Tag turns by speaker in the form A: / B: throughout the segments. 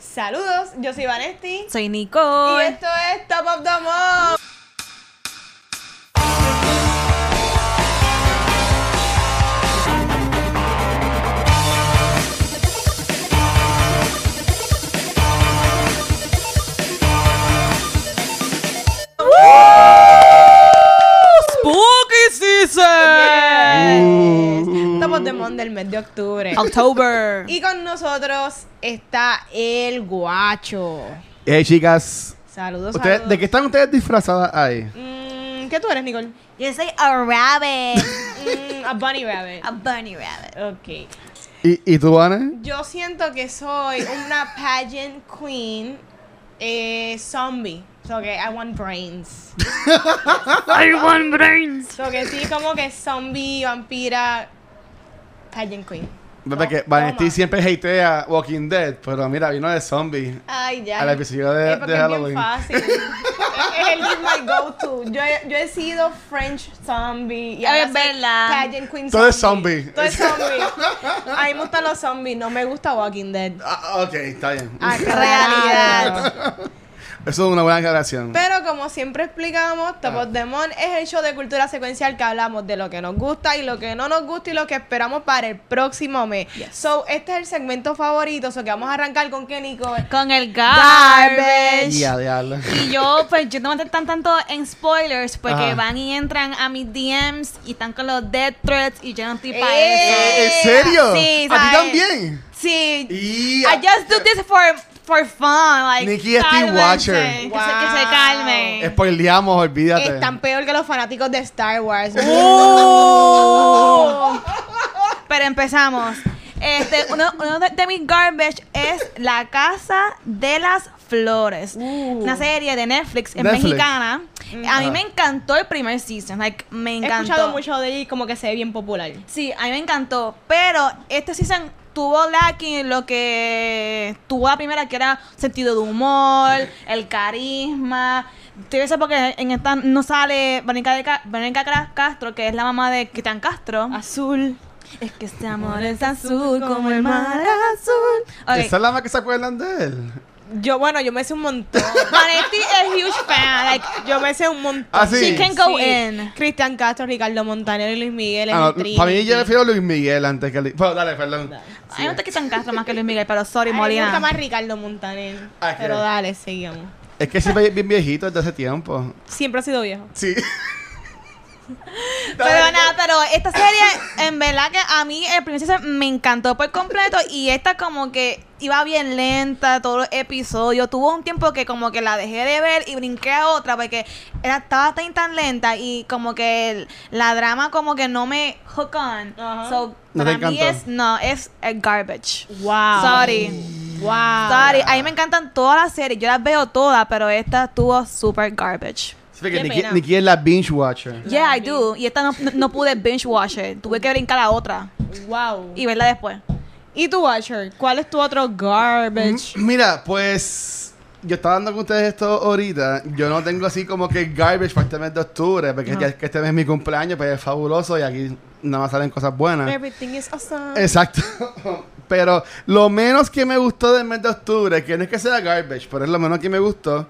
A: Saludos, yo soy Vanesti.
B: Soy Nicole.
A: Y esto es Top of the Mall.
B: Spooky Season.
A: Yes. Top of the Mall del mes de octubre.
B: October.
A: Y con nosotros está el guacho.
C: Hey chicas,
A: Saludos,
C: ¿Ustedes-
A: saludos.
C: ¿de qué están ustedes disfrazadas ahí?
A: Mm, ¿Qué tú eres, Nicole?
B: Yo soy a rabbit.
A: Mm, a bunny rabbit.
B: A bunny rabbit.
A: Ok.
C: ¿Y, y tú, Ana?
A: Yo siento que soy una pageant queen eh, zombie. So que I want brains. I want brains. So que sí, como que zombie, vampira, pageant queen.
C: Verdad que
A: Toma.
C: Vanesti siempre hatea Walking Dead, pero mira, vino de zombie.
A: Ay, ya.
C: Al episodio de-
A: Eh, porque
C: de
A: es bien
C: Halloween.
A: fácil. es, el es my go-to. Yo, he- yo he sido French zombie. Y
B: Ay,
A: ahora
B: es
A: soy
B: verdad.
A: Pageant queen
C: Todo es zombie.
A: Todo es zombie. A mí me gustan los zombies. No me gusta Walking Dead.
C: Ah, ok, está bien.
A: Ah, qué
B: Realidad.
A: raro.
C: Eso es una buena aclaración.
A: Pero como siempre explicamos,
C: Ah.
A: Top of the Month es el show de cultura secuencial que hablamos de lo que nos gusta y lo que no nos gusta y lo que esperamos para el próximo mes. So, este es el segmento favorito, so que vamos a arrancar con qué, Nicole.
B: Con el garbage.
C: Y a diablo.
B: Y yo, pues, yo no me tan tanto en spoilers porque
C: Ajá.
B: van y entran a mis DMs y están con los death threats y yo no estoy para
A: Eh.
B: eso.
C: ¿En serio?
B: Sí,
C: ¿A
B: ¿sabes?
C: ti también?
B: Sí,
C: Y
B: I just do this for, for fun. Like,
C: Nikki es Team
B: cálmense,
C: Watcher.
B: Que, se, que se
A: Wow.
B: calmen.
C: spoileamos, olvídate.
A: Están peor que los fanáticos de Star Wars.
B: Uh, Pero empezamos. Este, uno, uno de, de mis garbage es La Casa de las Flores.
A: Uh. Mm.
B: Una serie de Netflix, es
C: Netflix.
B: mexicana. A mí
C: Ah.
B: me encantó el primer season. Like, me
A: He
B: encantó.
A: escuchado mucho de ella y como que se ve bien popular.
B: Sí, a mí me encantó. Pero este season tuvo lacking lo que tuvo la primera, que era sentido de humor, el carisma. Te ves porque en esta no sale Verónica, de Ca- Verónica Cra- Castro, que es la mamá de Cristian Castro.
A: Azul.
B: Es que este amor es azul como el mar azul. Ok,
C: ¿Esa es la más que se acuerdan de él?
A: Yo, bueno, yo me sé un montón.
B: Vanetti es huge fan. Like,
A: Yo me sé un montón.
C: Ah, sí.
B: She can go in.
A: Cristian Castro, Ricardo Montaner y Luis Miguel.
C: Ah,
A: es el
C: para mí
A: Trinity.
C: yo prefiero a Luis Miguel antes que... a Luis- Bueno, dale, perdón.
B: A mí me gusta Cristian Castro más que Luis Miguel, pero sorry,
A: A mí me gusta
B: Molina.
A: más Ricardo Montaner.
C: Ah, ¿qué?
A: Pero dale, sigamos.
C: Es que siempre es bien viejito desde hace tiempo.
A: Siempre ha sido viejo.
C: Sí.
B: Pero nada, pero esta serie, en verdad que a mí el primer season me encantó por completo y esta como que iba bien lenta, todo el episodio. Tuvo un tiempo que como que la dejé de ver y brinqué a otra porque era, estaba tan, tan lenta y como que el- la drama como que no me hook on.
A: Ajá.
B: So,
C: ¿No te
B: para mí
C: encantó?
B: es, no, es eh, garbage.
A: Wow.
B: Sorry.
A: Wow.
B: Sorry, a mí me encantan todas las series, yo las veo todas, pero esta estuvo super garbage.
C: Sí, que
A: Qué
C: Nikki,
A: pena.
C: Nikki es la binge watcher.
B: Yeah, I do. Y esta no, no- no pude binge watch it. Tuve que brincar a otra
A: Wow.
B: y verla después.
A: ¿Y tu Watcher? ¿Cuál es tu otro garbage?
C: Mira, pues yo estaba dando con ustedes esto ahorita. Yo no tengo así como que garbage para este mes de octubre, porque
B: No.
C: ya es que este mes es mi cumpleaños, pues es fabuloso y aquí nada más salen cosas buenas.
A: Everything is awesome.
C: Exacto. Pero lo menos que me gustó del mes de octubre, que no es que sea garbage, pero es lo menos que me gustó,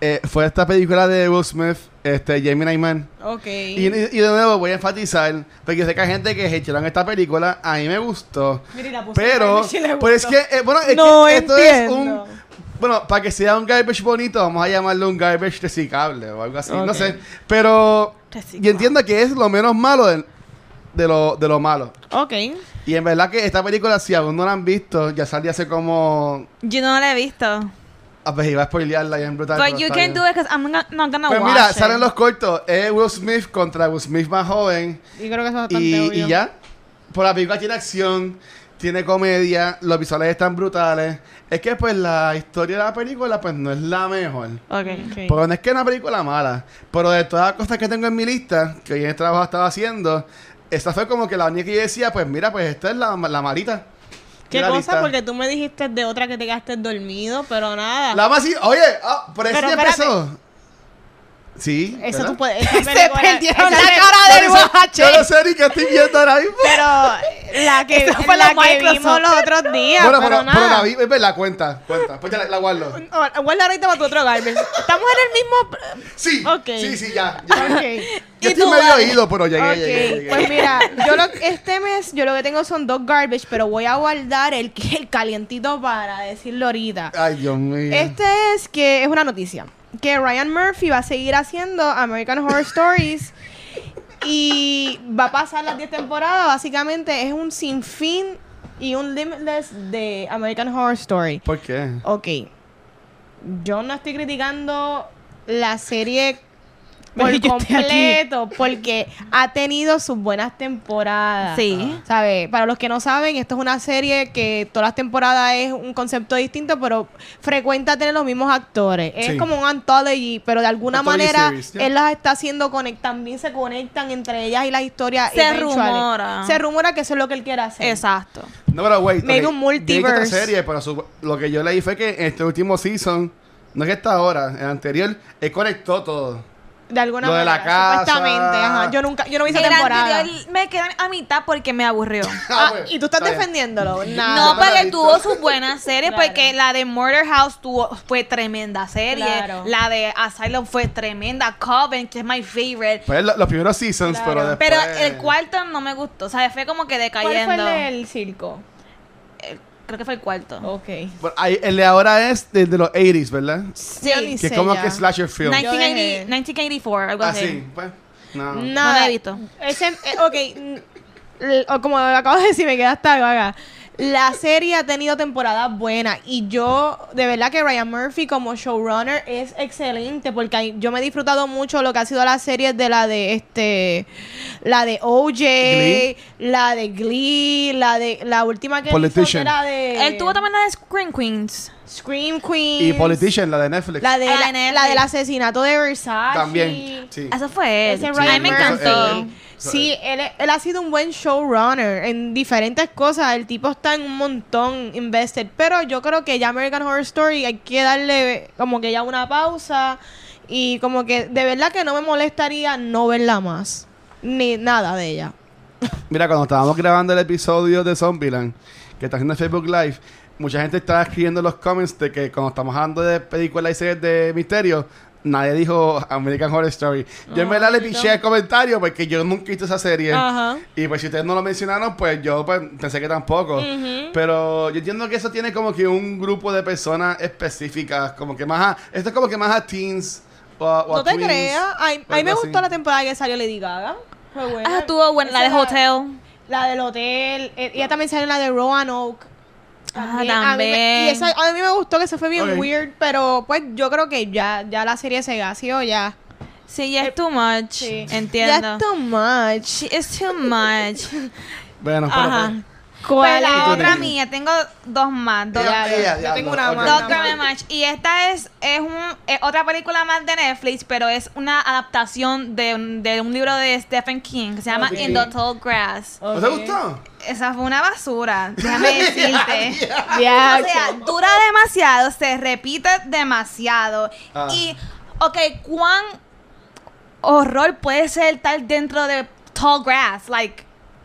C: eh, fue esta película de Will Smith, este, Jamie Nyman.
A: Ok.
C: Y, y de nuevo voy a enfatizar, porque yo sé que hay gente que hatearon esta película, a mí me gustó.
A: Mira, la puse
C: Pero,
A: garbage y le
C: pero es
A: gustó.
C: que, eh, bueno, es
A: No
C: que esto
A: entiendo.
C: es un... Bueno, para que sea un garbage bonito, vamos a llamarlo un garbage reciclable o algo así, no
A: Ok.
C: sé. Pero,
B: Reciclable.
C: y entienda que es lo menos malo de, de lo, de lo malo.
A: Ok.
C: Y en verdad que esta película, si aún no la han visto, ya salió hace como...
B: Yo no la he visto.
C: A ver, iba a spoilearla y en brutal.
B: But
C: pero
B: you
C: está
B: can
C: bien.
B: do it because I'm not, not gonna
C: Pues
B: watch
C: mira,
B: it.
C: salen los cortos. Es Will Smith contra Will Smith más joven.
A: Yo creo que eso es bastante
C: y,
A: obvio.
C: y ya. Por la película tiene acción, tiene comedia, los visuales están brutales. Es que pues la historia de la película pues no es la mejor.
B: Ok.
A: Ok.
C: Porque no es que es una película mala, pero de todas las cosas que tengo en mi lista, que hoy en el trabajo estaba haciendo, esta fue como que la única que yo decía, pues mira, pues esta es la, la marita.
A: ¿Qué
C: La
A: cosa?
C: lista.
A: Porque tú me dijiste de otra que te quedaste dormido, pero nada.
C: La más sí- oye, ah, por eso
A: Pero
C: ya
A: espérate.
C: empezó. Sí.
A: Eso
C: ¿verdad?
A: tú puedes.
B: Se perdieron la
C: Yo no sé- Yo no sé ni qué estoy viendo ahora mismo.
A: Pero eh, La que,
B: Esa fue la
A: la que
B: Microsoft.
A: vimos los otros días.
C: Bueno,
A: pero,
C: pero,
A: nada.
C: pero la vi, es verdad, cuenta, cuenta. Pues ya la, la guardo.
A: Ahora, Guarda ahorita para tu otro garbage. Estamos en el mismo.
C: Sí,
A: Ok.
C: sí, sí, ya. ya.
A: Ok.
C: Yo
B: ¿Y
C: estoy
B: tú,
C: medio
B: Vane?
C: oído, pero llegué, llegué,
A: Ok,
C: llegué.
A: pues mira, yo lo, este mes yo lo que tengo son dos garbage, pero voy a guardar el, que- el calientito para decirlo ahorita.
C: Ay, Dios mío.
A: Este es que es una noticia, que Ryan Murphy va a seguir haciendo American Horror Stories y va a pasar las 10 temporadas, básicamente es un sinfín y un limitless de American Horror Story.
C: ¿Por qué?
A: Ok, yo no estoy criticando la serie
B: Pero
A: por
B: yo estoy aquí.
A: completo, porque ha tenido sus buenas temporadas.
B: Sí.
A: ¿Sabe? Para los que no saben, esto es una serie que todas las temporadas es un concepto distinto, pero frecuenta tener los mismos actores.
C: Sí.
A: Es como un anthology, pero de alguna
C: Anthology
A: manera
C: series, yeah.
A: él las está haciendo conectar, también se conectan entre ellas y las historias.
B: Se
A: eventuales.
B: rumora.
A: Se rumora que eso es lo que él quiere hacer.
B: Exacto.
C: No, pero wait.
A: Maybe
C: ok,
A: un
C: yo he visto otra
A: multiverse.
C: serie, pero su- lo que yo leí fue que en este último season, no es que esta ahora, el anterior, él conectó todo.
A: De alguna
C: Lo de
A: manera.
C: la casa.
A: Supuestamente, ajá. Yo nunca, yo no vi esa
B: El
A: temporada.
B: anterior me quedan a mitad porque me aburrió.
A: Ah,
C: pues,
A: y tú estás
C: está bien.
A: defendiéndolo. pues, Nah.
B: No,
C: no la he
B: porque
C: visto.
B: tuvo sus buenas series,
A: Claro.
B: porque la de Murder House tuvo, fue tremenda serie.
A: Claro.
B: La de Asylum fue tremenda. Coven, que es my favorite.
C: Pues lo- los primeros seasons,
A: Claro.
C: pero después...
B: Pero el cuarto no me gustó. O sea, fue como que
A: ¿Cuál
B: decayendo.
A: fue el del circo?
B: Eh, Creo que fue el cuarto.
C: Oh,
A: Ok.
C: Bueno, ahí- el de ahora es de, de los 80s, ¿verdad?
B: Sí.
A: Yo ni
C: Que
A: sé
C: es como
A: ya.
C: que slasher film.
B: 1980 1984, algo
C: Así,
B: así.
C: pues. No.
A: Nada.
B: No la he visto.
A: Ese, eh, ok. n- l- O como acabo de decir, me queda hasta vaga. La serie ha tenido temporadas buenas y yo, de verdad que Ryan Murphy como showrunner es excelente porque hay- yo me he disfrutado mucho lo que ha sido la serie de la de este, la de OJ,
C: Glee.
A: la de Glee, la de la última que él hizo, que
C: Politician.
A: era de
B: Él tuvo también la de Scream Queens.
A: Scream Queen,
C: Y Politician, la de Netflix.
A: la de
B: Ah,
A: la,
B: la de
A: la del
B: Netflix.
A: asesinato de Versace,
C: También. Sí.
A: Ah,
B: Eso fue él.
A: Ese
B: a mí
A: Ryan
B: me
A: Murphy.
B: encantó.
C: Eso
A: Sí, él, él ha sido un buen showrunner en diferentes cosas. El tipo está en un montón invested. Pero yo creo que ya American Horror Story hay que darle como que ya una pausa. Y como que de verdad que no me molestaría no verla más. Ni nada de ella.
C: Mira, cuando estábamos grabando el episodio de Zombieland, que está haciendo en Facebook Live, mucha gente estaba escribiendo en los comments de que cuando estamos hablando de películas y series de misterio, nadie dijo American Horror Story. Yo en verdad le piché el comentario porque yo nunca he visto esa serie.
A: Ah, Ajá.
C: Y pues si ustedes no lo mencionaron, pues yo pues, pensé que tampoco. Pero yo entiendo que eso tiene como que un grupo de personas específicas, como que más a... Esto es como que más a teens o a, o a
A: No te
C: tweens,
A: creas. A, a
C: o
A: mí
C: algo
A: me
C: así.
A: gustó la temporada que salió Lady Gaga. Fue buena.
B: Ah, estuvo buena. La de
A: Esa-
B: Hotel.
A: La del hotel. eh, Ella también salió en la de Roanoke.
B: Ah,
A: A mí me- y eso
B: también.
A: a mí me gustó que se fue bien
C: Ok.
A: weird, pero pues yo creo que ya, ya la serie se gaseó ya.
B: Sí, ya es too much.
A: eh, Sí. Ya
B: Entiendo.
A: es too much.
B: Sí, es too much.
C: Bueno, pero,
B: Ajá.
C: pues,
B: Pues
A: ¿Cuál
B: la
C: tú,
B: otra
C: Nelly?
B: mía, tengo dos más. Dos,
C: Ya,
A: Dale,
C: ya,
A: yo
C: ya,
A: tengo
C: no,
A: una
C: ok.
A: más.
B: dos que me match. Y esta es, es, un, es otra película más de Netflix, pero es una adaptación de un, de un libro de Stephen King que se llama
C: Ok.
B: In the Tall Grass.
C: ¿No te gustó?
B: Esa fue una basura, déjame decirte.
A: Ya,
B: O sea,
A: ok.
B: dura demasiado, se repite demasiado.
C: Ah.
B: Y, ok, ¿cuán horror puede ser estar dentro de Tall Grass? Like,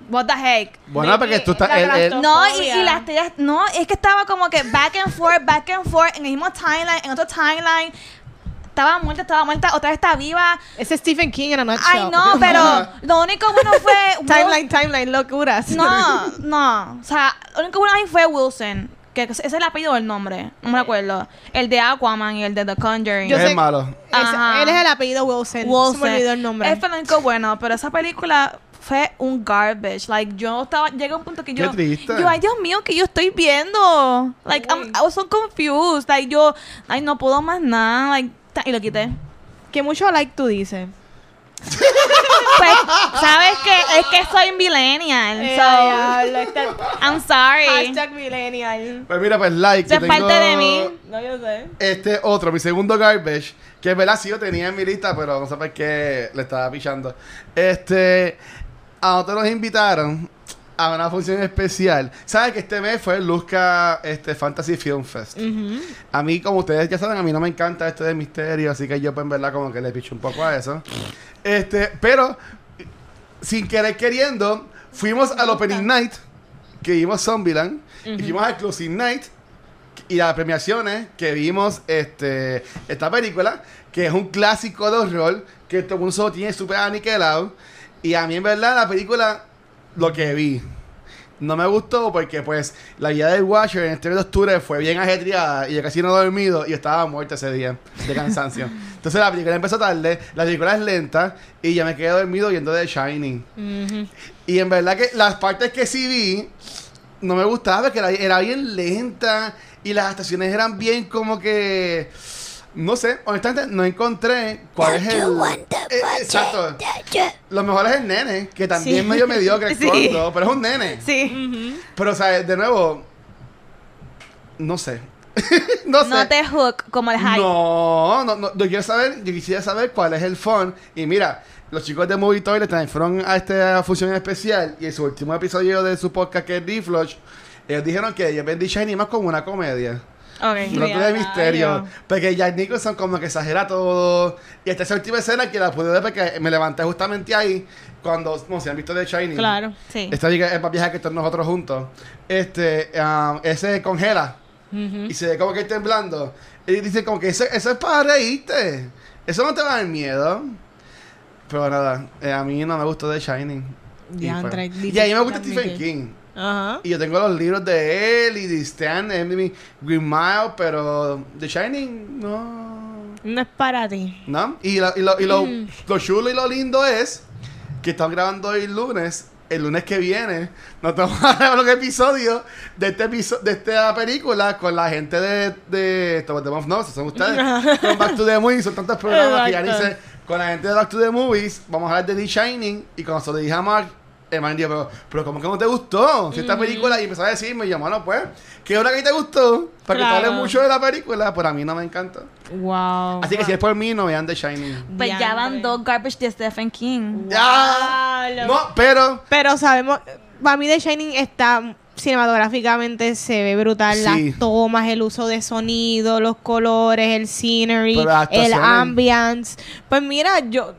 B: what the heck?
C: Bueno, porque tú estás...
A: La
C: él- él-
A: Grafton.
B: No, y,
A: Fobia.
B: y las teorías, no, es que estaba como que back and forth, back and forth, en el mismo timeline, en otro timeline. Estaba muerta, estaba muerta, otra vez está viva.
A: Ese es Stephen King en a nutshell.
B: Ay, no, pero lo único bueno fue. Will-
A: timeline, timeline, locuras.
B: No, no. O sea, lo único bueno ahí fue Wilson. Que ese es el apellido o el nombre. No me acuerdo. El de Aquaman y el de The Conjuring.
A: Yo
C: es
A: sé-
C: malo.
A: Ese-
B: Ajá.
A: él es el apellido Wilson.
B: Wilson.
A: Se me olvidó el nombre.
B: Él fue lo único bueno, pero esa película fue un garbage. Like, yo estaba. Llega un punto que yo.
C: Qué triste.
B: Yo, ay, Dios mío, que yo estoy viendo. Like, I'm, I was so confused. Like, yo. Ay, no puedo más nada. Like, ta- y lo quité.
A: Que mucho like tú dices.
B: Pues, ¿sabes qué? Es que soy millennial.
A: Eh,
B: so,
A: diablo, este-
B: I'm sorry.
A: Hashtag millennial.
C: Pues mira, pues like.
B: Eso
C: yo
B: es parte de
C: tengo
B: mí.
A: No, yo sé.
C: Este otro, mi segundo garbage, que es verdad sí yo tenía en mi lista, pero no sé por qué le estaba pichando. Este, a nosotros nos invitaron a una función especial. ¿Sabes que este mes fue el Luzca este, Fantasy Film Fest? A mí, como ustedes ya saben, a mí no me encanta esto de misterio, así que yo, pues, en verdad, como que le picho un poco a eso. Este, pero, sin querer queriendo, fuimos al Opening Night que vimos Zombieland, y vimos Exclusive Night y las premiaciones que vimos este esta película, que es un clásico de horror que todo el mundo solo tiene súper aniquilado. Y a mí, en verdad, la película, lo que vi, no me gustó porque, pues, la vida del Watcher en este 2 de octubre fue bien ajetreada y yo casi no he dormido y estaba muerta ese día de cansancio. Entonces, la película empezó tarde, la película es lenta y ya me quedé dormido viendo The Shining. Y en verdad que las partes que sí vi no me gustaba porque era, era bien lenta y las estaciones eran bien como que... No sé, honestamente no encontré cuál es el... Eh, exacto. Lo mejor es el nene, que también
B: Sí.
C: es medio mediocre,
B: Sí.
C: corto, pero es un nene.
B: Sí.
C: Pero, o sea, de nuevo, no sé. no sé.
B: No te hook como el hype.
C: No, no, no. Yo quiero saber, yo quisiera saber cuál es el fun. Y mira, los chicos de Movie Toilet también fueron a esta función especial y en su último episodio de su podcast que es Deflush, ellos dijeron que ellos ven The Shining más como una comedia.
B: Ok.
C: No de
A: Diablo.
C: misterio. Porque Jack Nicholson como que exagera todo. Y hasta esa última escena que la pude ver porque me levanté justamente ahí cuando, no sé, han visto The Shining.
A: Claro.
B: Sí.
C: Esta chica es más vieja que todos nosotros juntos. Este, ah, ese congela y se ve como que temblando. Y dice como que eso, eso es para reírte. Eso no te va a dar miedo. Pero nada, eh, a mí no me gustó The Shining. Y,
A: Ya,
C: fue-
A: André,
C: y a mí me gusta
A: dice-
C: Stephen King.
A: Ajá.
C: Y yo tengo los libros de él y de Stan, Emily, Green Mile, pero The Shining no.
A: No es para ti.
C: ¿No? Y, lo, y, lo, y lo,
A: Mm.
C: lo chulo y lo lindo es que estamos grabando hoy lunes. El lunes que viene nos vamos a grabar un episodio de, este episo- de esta película con la gente de, de Tomás de Monf- no, esos son ustedes. con Back to the Movies, son tantos programas que ya
A: Exacto.
C: dice con la gente de Back to the Movies, vamos a hablar de The Shining. Y cuando se lo dije a Mark, el man dijo, pero, pero ¿cómo que no te gustó? Si esta
A: Mm-hmm.
C: película, y empezó a decirme, y yo, bueno, pues, ¿qué hora que te gustó? Para que te hable
A: Claro.
C: mucho de la película, pero a mí no me encantó.
A: Wow.
C: Así que si es por mí, no vean The Shining.
B: Pues ya van
A: Diantre.
B: dos garbage de Stephen King.
C: Ya.
A: Diablo.
C: No, pero.
A: Pero sabemos, para mí The Shining está cinematográficamente se ve brutal,
C: Sí.
A: las tomas, el uso de sonido, los colores, el scenery,
C: Pero las
A: el
C: actuaciones.
A: ambiance. Pues mira, yo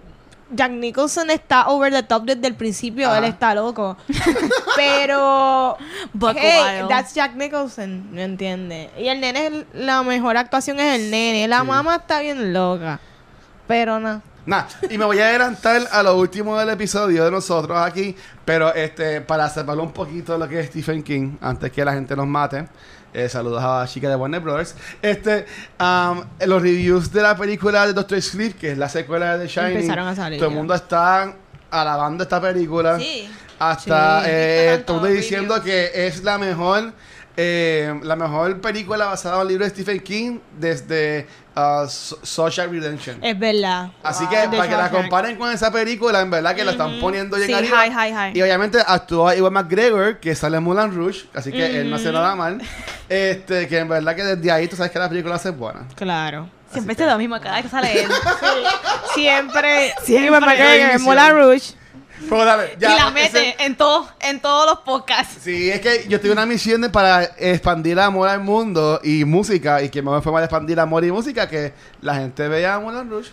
A: Jack Nicholson está over the top desde el principio,
C: Ajá.
A: él está loco. Pero
B: Buck
A: hey,
B: Wild.
A: that's Jack Nicholson, ¿me entiende? Y el nene es el- la mejor actuación es el nene, la
C: Sí.
A: mamá está bien loca. Pero no.
C: Nada, y me voy a adelantar a lo último del episodio de nosotros aquí, pero este para separar un poquito de lo que es Stephen King, antes que la gente nos mate, eh, saludos a la chica de Warner Brothers. Este, am, los reviews de la película de Doctor Sleep, que es la secuela de The Shining,
A: Empezaron a salir
C: todo el
A: ya.
C: mundo está alabando esta película.
B: Sí.
C: Hasta
A: Sí.
C: eh,
B: Están
C: todo el mundo
B: todos
C: diciendo que es la mejor eh, la mejor película basada en el libro de Stephen King desde ah, So- Social Redemption.
B: Eh,
A: Es verdad.
C: Así
A: Wow.
C: que
A: De
C: para que la
A: Shawshank.
C: comparen con esa película, en verdad que la están poniendo bien
B: Sí,
C: arriba.
B: high, high, high.
C: Y obviamente actúa Iwan McGregor, que sale en Mulan Rouge, así que él no hace nada mal. Este, que en verdad que desde ahí tú sabes que la película se es buena.
A: Claro.
B: Siempre es lo mismo cada vez que sale él.
A: Siempre, siempre
B: Siempre.
A: me cae en Moulin Rouge.
C: Pero dale, ya,
B: y la
C: ese-
B: mete en, todo, en todos los podcasts.
C: Sí, es que yo tuve una misión de- para expandir el amor al mundo y música. Y que me forma de expandir amor y música que la gente vea a Mulan Rouge.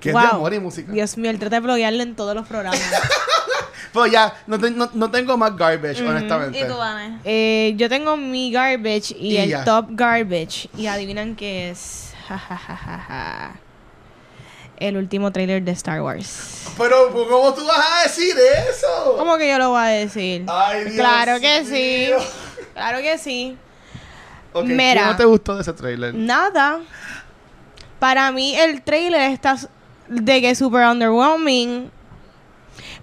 C: Que es de
A: Wow.
C: amor y música.
A: Dios mío, él trata de bloguearlo en todos los programas.
C: Pero Pues ya, no, te- no- no tengo más garbage, honestamente.
B: Y tú, Vane.
A: Eh, yo tengo mi garbage y,
C: Y
A: el
C: ya.
A: top garbage. Y adivinan qué es. Ja, ja, ja, ja, ja. El último trailer de Star Wars.
C: Pero, ¿cómo tú vas a decir eso?
A: ¿Cómo que yo lo voy a decir?
C: Ay, Dios
A: claro que
C: mío.
A: sí. Claro que sí.
C: Ok, ¿qué
A: Mira. Mm,
C: no te gustó de ese trailer?
A: Nada. Para mí el trailer está s- de que es super underwhelming.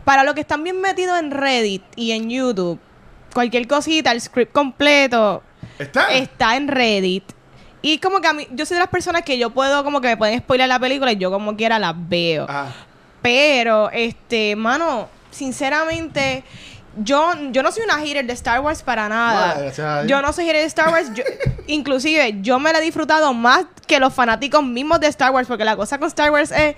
A: Para los que están bien metidos en Reddit y en YouTube, cualquier cosita, el script completo
C: ¿Está?
A: está en Reddit. Y como que a mí, yo soy de las personas que yo puedo, como que me pueden spoiler la película y yo como quiera la veo.
C: Ah,
A: Pero, este, mano, sinceramente, yo, yo no soy una hater de Star Wars para nada.
C: No, gracias a Dios.
A: yo no soy hater de Star Wars. yo- inclusive, yo me la he disfrutado más que los fanáticos mismos de Star Wars, porque la cosa con Star Wars es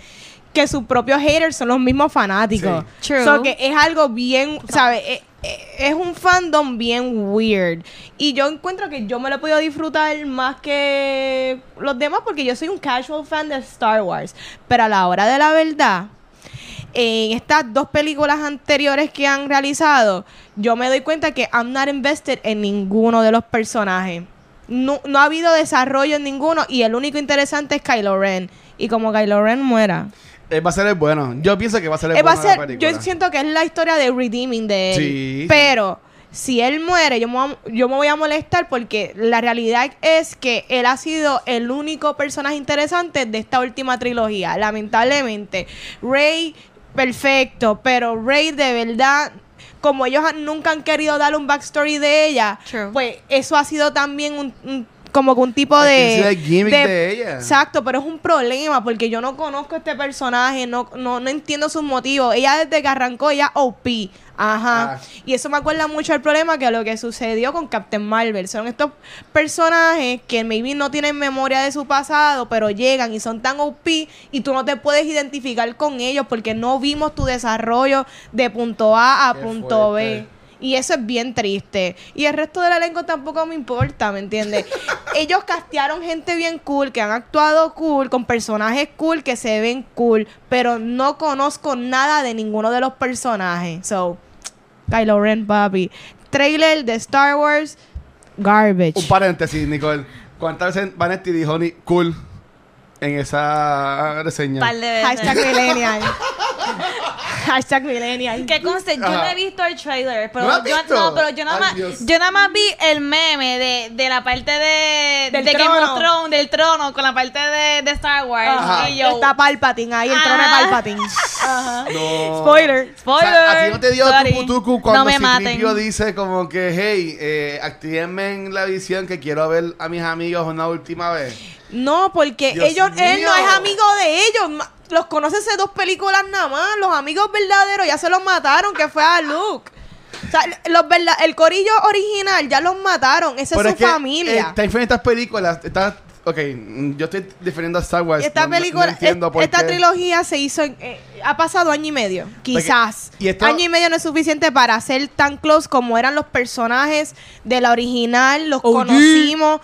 A: que sus propios haters son los mismos fanáticos.
B: Sí. True.
A: So, que es algo bien, ¿sabes? Eh, eh, Es un fandom bien weird. Y yo encuentro que yo me lo he podido disfrutar más que los demás porque yo soy un casual fan de Star Wars. Pero a la hora de la verdad, en estas dos películas anteriores que han realizado, yo me doy cuenta que I'm not invested en ninguno de los personajes. No, no ha habido desarrollo en ninguno y el único interesante es Kylo Ren. Y como Kylo Ren muera.
C: Él Eh, va a ser el bueno. Yo pienso que va a ser el
A: Él Eh, va
C: bueno
A: a
C: de la
A: ser,
C: película.
A: yo siento que es la historia de redeeming de él.
C: Sí.
A: Pero si él muere, yo me, voy a- yo me voy a molestar porque la realidad es que él ha sido el único personaje interesante de esta última trilogía. Lamentablemente, Rey, perfecto, pero Rey de verdad... Como ellos han- nunca han querido dar un backstory de ella,
B: True.
A: pues eso ha sido también un, un- como que un tipo
C: Es que
A: de,
C: ese es el gimmick de ella.
A: Exacto, pero es un problema porque yo no conozco este personaje, no, no, no entiendo sus motivos. Ella desde que arrancó, ella OP. Ajá.
C: Ah.
A: Y eso me acuerda mucho al problema que lo que sucedió con Captain Marvel. Son estos personajes que maybe no tienen memoria de su pasado, pero llegan y son tan OP y tú no te puedes identificar con ellos porque no vimos tu desarrollo de punto A a
C: Qué
A: punto
C: fuerte.
A: B. Y eso es bien triste. Y el resto del elenco tampoco me importa, ¿me entiendes? Ellos castearon gente bien cool, que han actuado cool, con personajes cool, que se ven cool, pero no conozco nada de ninguno de los personajes. So, Kylo Ren, papi. Trailer de Star Wars,
C: Un
A: garbage.
C: paréntesis, Nicole. ¿Cuántas veces Vanetti dijo ni cool en esa reseña?
B: Par de veces.
A: Hashtag millennial. Hashtag millennial.
B: Que conste, yo
C: Ajá.
B: no he visto el trailer, pero
C: ¿No lo has
B: yo
C: visto?
B: no, pero yo nada
C: Ay,
B: más,
C: Dios.
B: yo nada más vi el meme de, de la parte de,
A: Del
B: de Game
A: trono.
B: of Thrones, del trono, con la parte de, de Star Wars.
A: Ajá.
B: Y yo,
A: Está Palpatine ahí, el trono de
B: Ah.
A: Palpatine. Ajá.
C: No.
A: Spoiler.
C: O
B: spoiler.
C: sea, a ti no te dio
B: sorry.
C: tucu tucu cuando
B: no me maten.
C: Citripio dice como que, hey, eh, actívenme en la visión que quiero ver a mis amigos una última vez.
A: No, porque
C: Dios
A: ellos, él no
C: mío.
A: es amigo de ellos. ma- Los conoce hace dos películas nada más. Los amigos verdaderos ya se los mataron, que fue a Luke. O sea, los verda- el corillo original ya los mataron. Esa
C: Pero
A: es su
C: que, eh,
A: familia.
C: está diferente a estas películas. Está, ok, mm, yo estoy defendiendo a Star Wars.
A: esta
C: no- no- no
A: película,
C: entiendo
A: es-
C: por
A: esta
C: qué.
A: trilogía se hizo en- eh, ha pasado año y medio, quizás.
C: y esto-
A: año y medio no es suficiente para ser tan close como eran los personajes de la original, los conocimos.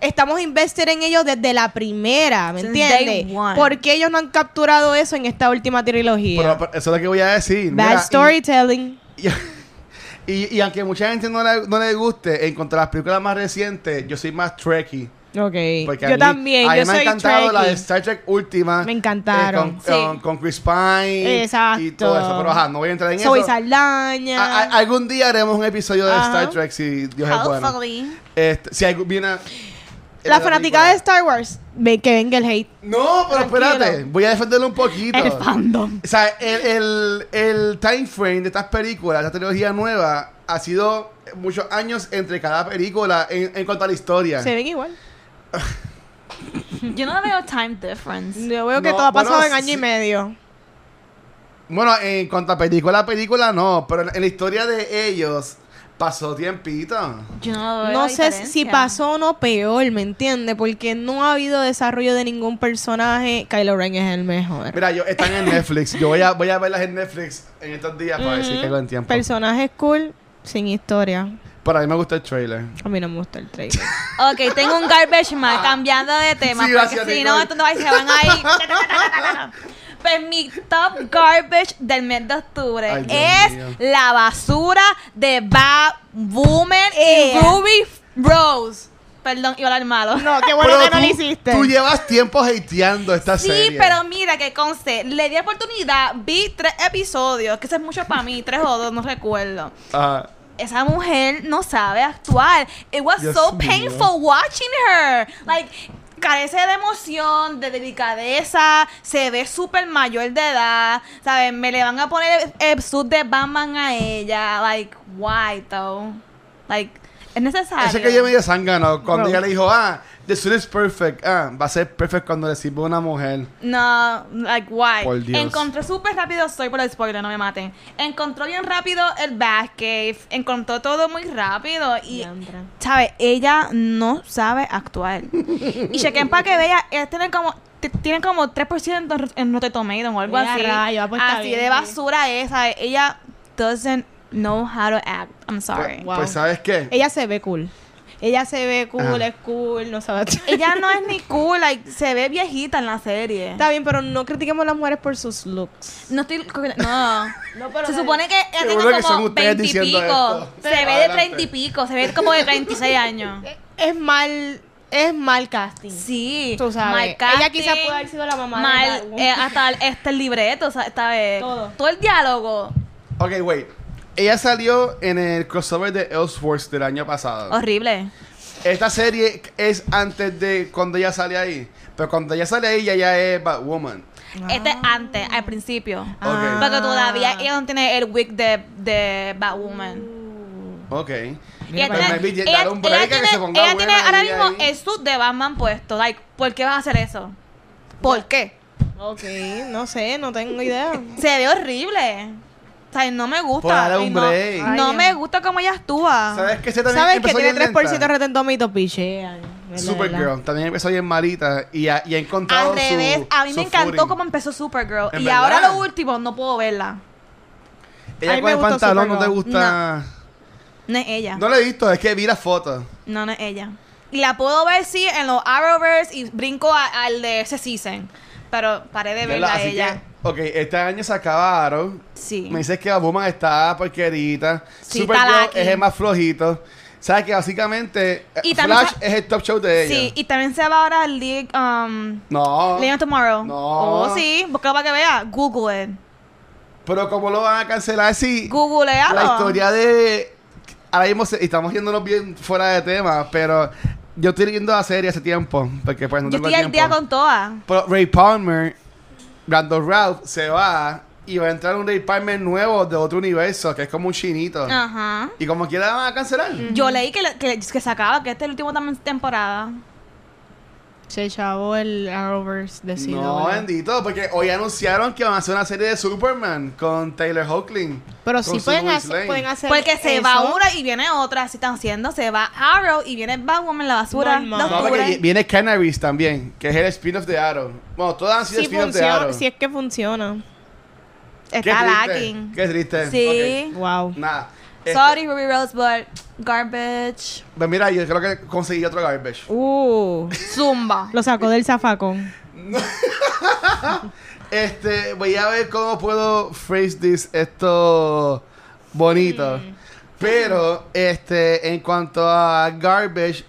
A: Estamos invested en ellos desde la primera, ¿me
B: Since day
A: entiendes?
B: one.
A: ¿Por qué ellos no han capturado eso en esta última trilogía?
C: Pero, pero eso es lo que voy a decir.
A: Bad
C: Mira, y-
A: storytelling.
C: Y, y- y aunque mucha gente no le, no le guste, en cuanto a las películas más recientes, yo soy más Trekkie.
A: ok.
C: Porque
A: yo
C: a mí-
A: también,
C: a mí
A: yo
C: me
A: soy
C: ha encantado la de
A: Trekkie.
C: Star Trek última. eh,
A: Me encantaron,
C: con,
A: sí.
C: con- con Chris Pine. Y
A: Exacto.
C: todo eso. Pero ajá, no voy a entrar en
A: Zoe
C: eso.
A: Saldaña.
C: A- a- algún día haremos un episodio de
A: Ajá.
C: Star Trek si Dios es bueno.
B: Hopefully.
C: Este, si hay, viene. a-
A: la
C: película.
A: fanaticada de Star Wars, ve que venga el hate.
C: No, pero
A: Tranquilo.
C: espérate, voy a defenderlo un poquito.
B: El fandom.
C: O sea, el, el, el time frame de estas películas, esta trilogía nueva, ha sido muchos años entre cada película en, en cuanto a la historia.
A: Se ven igual.
B: Yo no veo time difference.
A: Yo veo que
C: No,
A: todo ha pasado
C: bueno,
A: en año
C: sí.
A: y medio.
C: Bueno, en cuanto a película a película, no, pero en la historia de ellos pasó tiempito.
B: Yo no veo
A: No
B: la
A: sé
B: diferencia.
A: si pasó o no peor, ¿me entiendes? Porque no ha habido desarrollo de ningún personaje. Kylo Ren es el mejor.
C: Mira, yo, están en Netflix. Yo voy a, voy a verlas en Netflix en estos días para
A: Mm,
C: ver si caigo en tiempo.
A: Personajes cool, sin historia.
C: Para mí me gusta el trailer.
A: A mí no me gusta el trailer.
B: Ok, tengo un garbage mal cambiando de tema.
C: Ah. Sí, gracias,
B: porque si no,
C: Nicole.
B: entonces ay, se van ahí. Pues mi top garbage del mes de octubre
C: Ay, Dios
B: es
C: mío.
B: la basura de Bad Woman
A: Eh.
B: y Ruby Rose. Perdón, iba a hablar malo.
A: no, qué bueno
C: Pero
A: que no lo
C: tú-
A: hiciste.
C: Tú llevas tiempo hateando esta
B: Sí,
C: serie.
B: pero mira que conste, le di oportunidad, vi tres episodios, que eso es mucho para mí, tres o dos, no recuerdo.
C: Ajá.
B: esa mujer no sabe actuar. It was
C: Dios
B: so
C: mío.
B: painful watching her. Like carece de emoción, de delicadeza, se ve súper mayor de edad, ¿sabes? Me le van a poner el, sud de Batman a ella, like why though? Like es necesario.
C: Eso que yo me dio zángano cuando
A: Bro.
C: ella le dijo, ah, the suit is perfect. Ah, va a ser perfect cuando le sirva a una mujer.
B: No, like why?
C: Por Dios.
B: Encontró súper rápido, soy por el spoiler, no me maten. Encontró bien rápido el Batcave, encontró todo muy rápido y
A: Diandra.
B: ¿sabes? Ella no sabe actuar. y chequen para que vea, ellas tienen como, t- tienen como 3% en Rotten Tomatoes o algo
A: Ea,
B: así.
A: rayo, ah, pues está
B: así
A: bien,
B: de
A: sí.
B: basura es, ¿sabes? Ella doesn't know how to act. I'm sorry.
C: Pues,
A: Wow.
C: pues, ¿sabes qué?
A: Ella se ve cool. Ella se ve cool,
C: Ajá.
A: es cool, no sabe.
B: Ella no es ni cool, like, se ve viejita en la serie.
A: Está bien, pero no critiquemos a las mujeres por sus looks.
B: No estoy. No.
A: No, pero
B: se supone que ella
C: Seguro
B: tiene
C: que son
B: como
C: ustedes
B: 20 y
C: diciendo
B: pico.
C: esto.
B: Se
C: Sí.
B: ve de
C: Adelante.
B: 30 y pico. Se ve como de 36 años.
A: es mal, es mal casting.
B: Sí.
A: Tú sabes.
B: Mal casting,
A: Ella quizá pudo haber sido la mamá de
B: mal,
A: Bad
B: eh, Hasta el, este el libreto, o sea, esta vez.
A: Todo.
B: el diálogo.
C: Ok, wait. Ella salió en el crossover de Ellsworth del año pasado.
B: Horrible.
C: Esta serie es antes de cuando ella sale ahí. Pero cuando ella sale ahí, ya ella es Batwoman.
A: Ah.
B: Este es antes, al principio.
C: Ah.
B: Porque todavía ella no tiene el wig de, de Batwoman.
C: Ok.
B: Ella
C: Pero
B: tiene,
C: maybe
B: ella,
C: dale un break
B: ella
C: a que
B: tiene-
C: se ponga
B: ella
C: buena
B: tiene ahora
C: ahí,
B: mismo
C: ahí.
B: el suit de Batman puesto. Like, ¿Por qué vas a hacer eso? ¿Por qué?
A: Ok, no sé, no tengo idea.
B: Se ve horrible. O sea, no me gusta.
C: Pues dale un
B: Y no
C: break.
A: Ay,
B: no
A: Dios.
B: me gusta cómo ella actúa.
C: ¿Sabes qué? Se también
A: ¿Sabes que
C: empezó
A: tiene
C: bien
A: 3% de
C: lenta?
A: Rotten Tomatoes? Pichean. ¿verdad?
C: Supergirl también empezó bien malita y ha, y ha encontrado
B: Al revés,
C: su,
B: a mí
C: su
B: me encantó
C: footing.
B: cómo empezó Supergirl.
C: ¿En
B: Y
C: verdad?
B: ahora lo último, no puedo verla.
A: A
C: Ella
A: mí
C: con
A: me
C: el
A: gustó
C: pantalón no te
A: Supergirl.
C: gusta...
B: No es ella.
C: No.
B: No,
C: la he visto, es que vi las fotos.
B: no, es ella. Y la puedo ver, sí, en los Arrowverse y brinco a- al de ese season. Pero paré de verla a
C: Así
B: ella.
C: que, ok, este año se acabaron.
B: Sí.
C: Me dices que Batwoman está porquerita.
B: Sí,
C: Supergirl
B: está
C: es el
B: laqui.
C: más flojito. Sabes que básicamente eh,
B: Y también
C: Flash
B: sa-
C: es el top show de ella.
B: Sí, y también se va ahora al League, um,
C: No.
B: League of Tomorrow.
C: No.
B: Oh, sí, busca para que vea. Google it.
C: Pero como lo van a cancelar si
B: Google
C: la historia de ahora mismo se- estamos yéndonos bien fuera de tema, pero yo estoy viendo la serie hace tiempo, porque pues no
B: Yo
C: tengo
B: estoy al
C: tiempo.
B: día con todas.
C: Pero Ray Palmer, Brandon Ralph se va y va a entrar un Ray Palmer nuevo de otro universo, que es como un chinito.
B: Ajá.
C: Y como quiera la van a cancelar.
B: Yo leí que, la- que, que se acaba, que este es el último también temporada.
A: Se chavó el Arrowverse
B: pues
A: de CW.
C: no, bendito, porque hoy anunciaron que van a hacer una serie de Superman con Taylor Hoechlin.
A: Pero
C: con
A: sí
C: su
A: pueden
C: Lois
A: hacer,
C: Lane.
A: pueden hacer
B: Porque se va
A: eso.
B: una y viene otra, así están haciendo. Se va Arrow y viene Batwoman, la basura.
A: Normal.
B: de
C: No, porque
B: octubre.
C: vi- viene Cannabis también, que es el spin-off de Arrow. Bueno, todas han sido
A: Si,
C: spin-off de Arrow.
A: funciona, si es que funciona.
C: Qué
B: Está
C: triste,
B: lacking.
C: Qué triste.
B: Sí.
A: Wow.
C: Ok, Nada. Este,
B: Sorry, Ruby Rose, but garbage.
C: Pues mira, yo creo que conseguí otro garbage.
A: Uh,
B: Zumba.
A: lo sacó del zafacón.
C: Este, voy a ver cómo puedo phrase this esto bonito. Pero, este, en cuanto a garbage,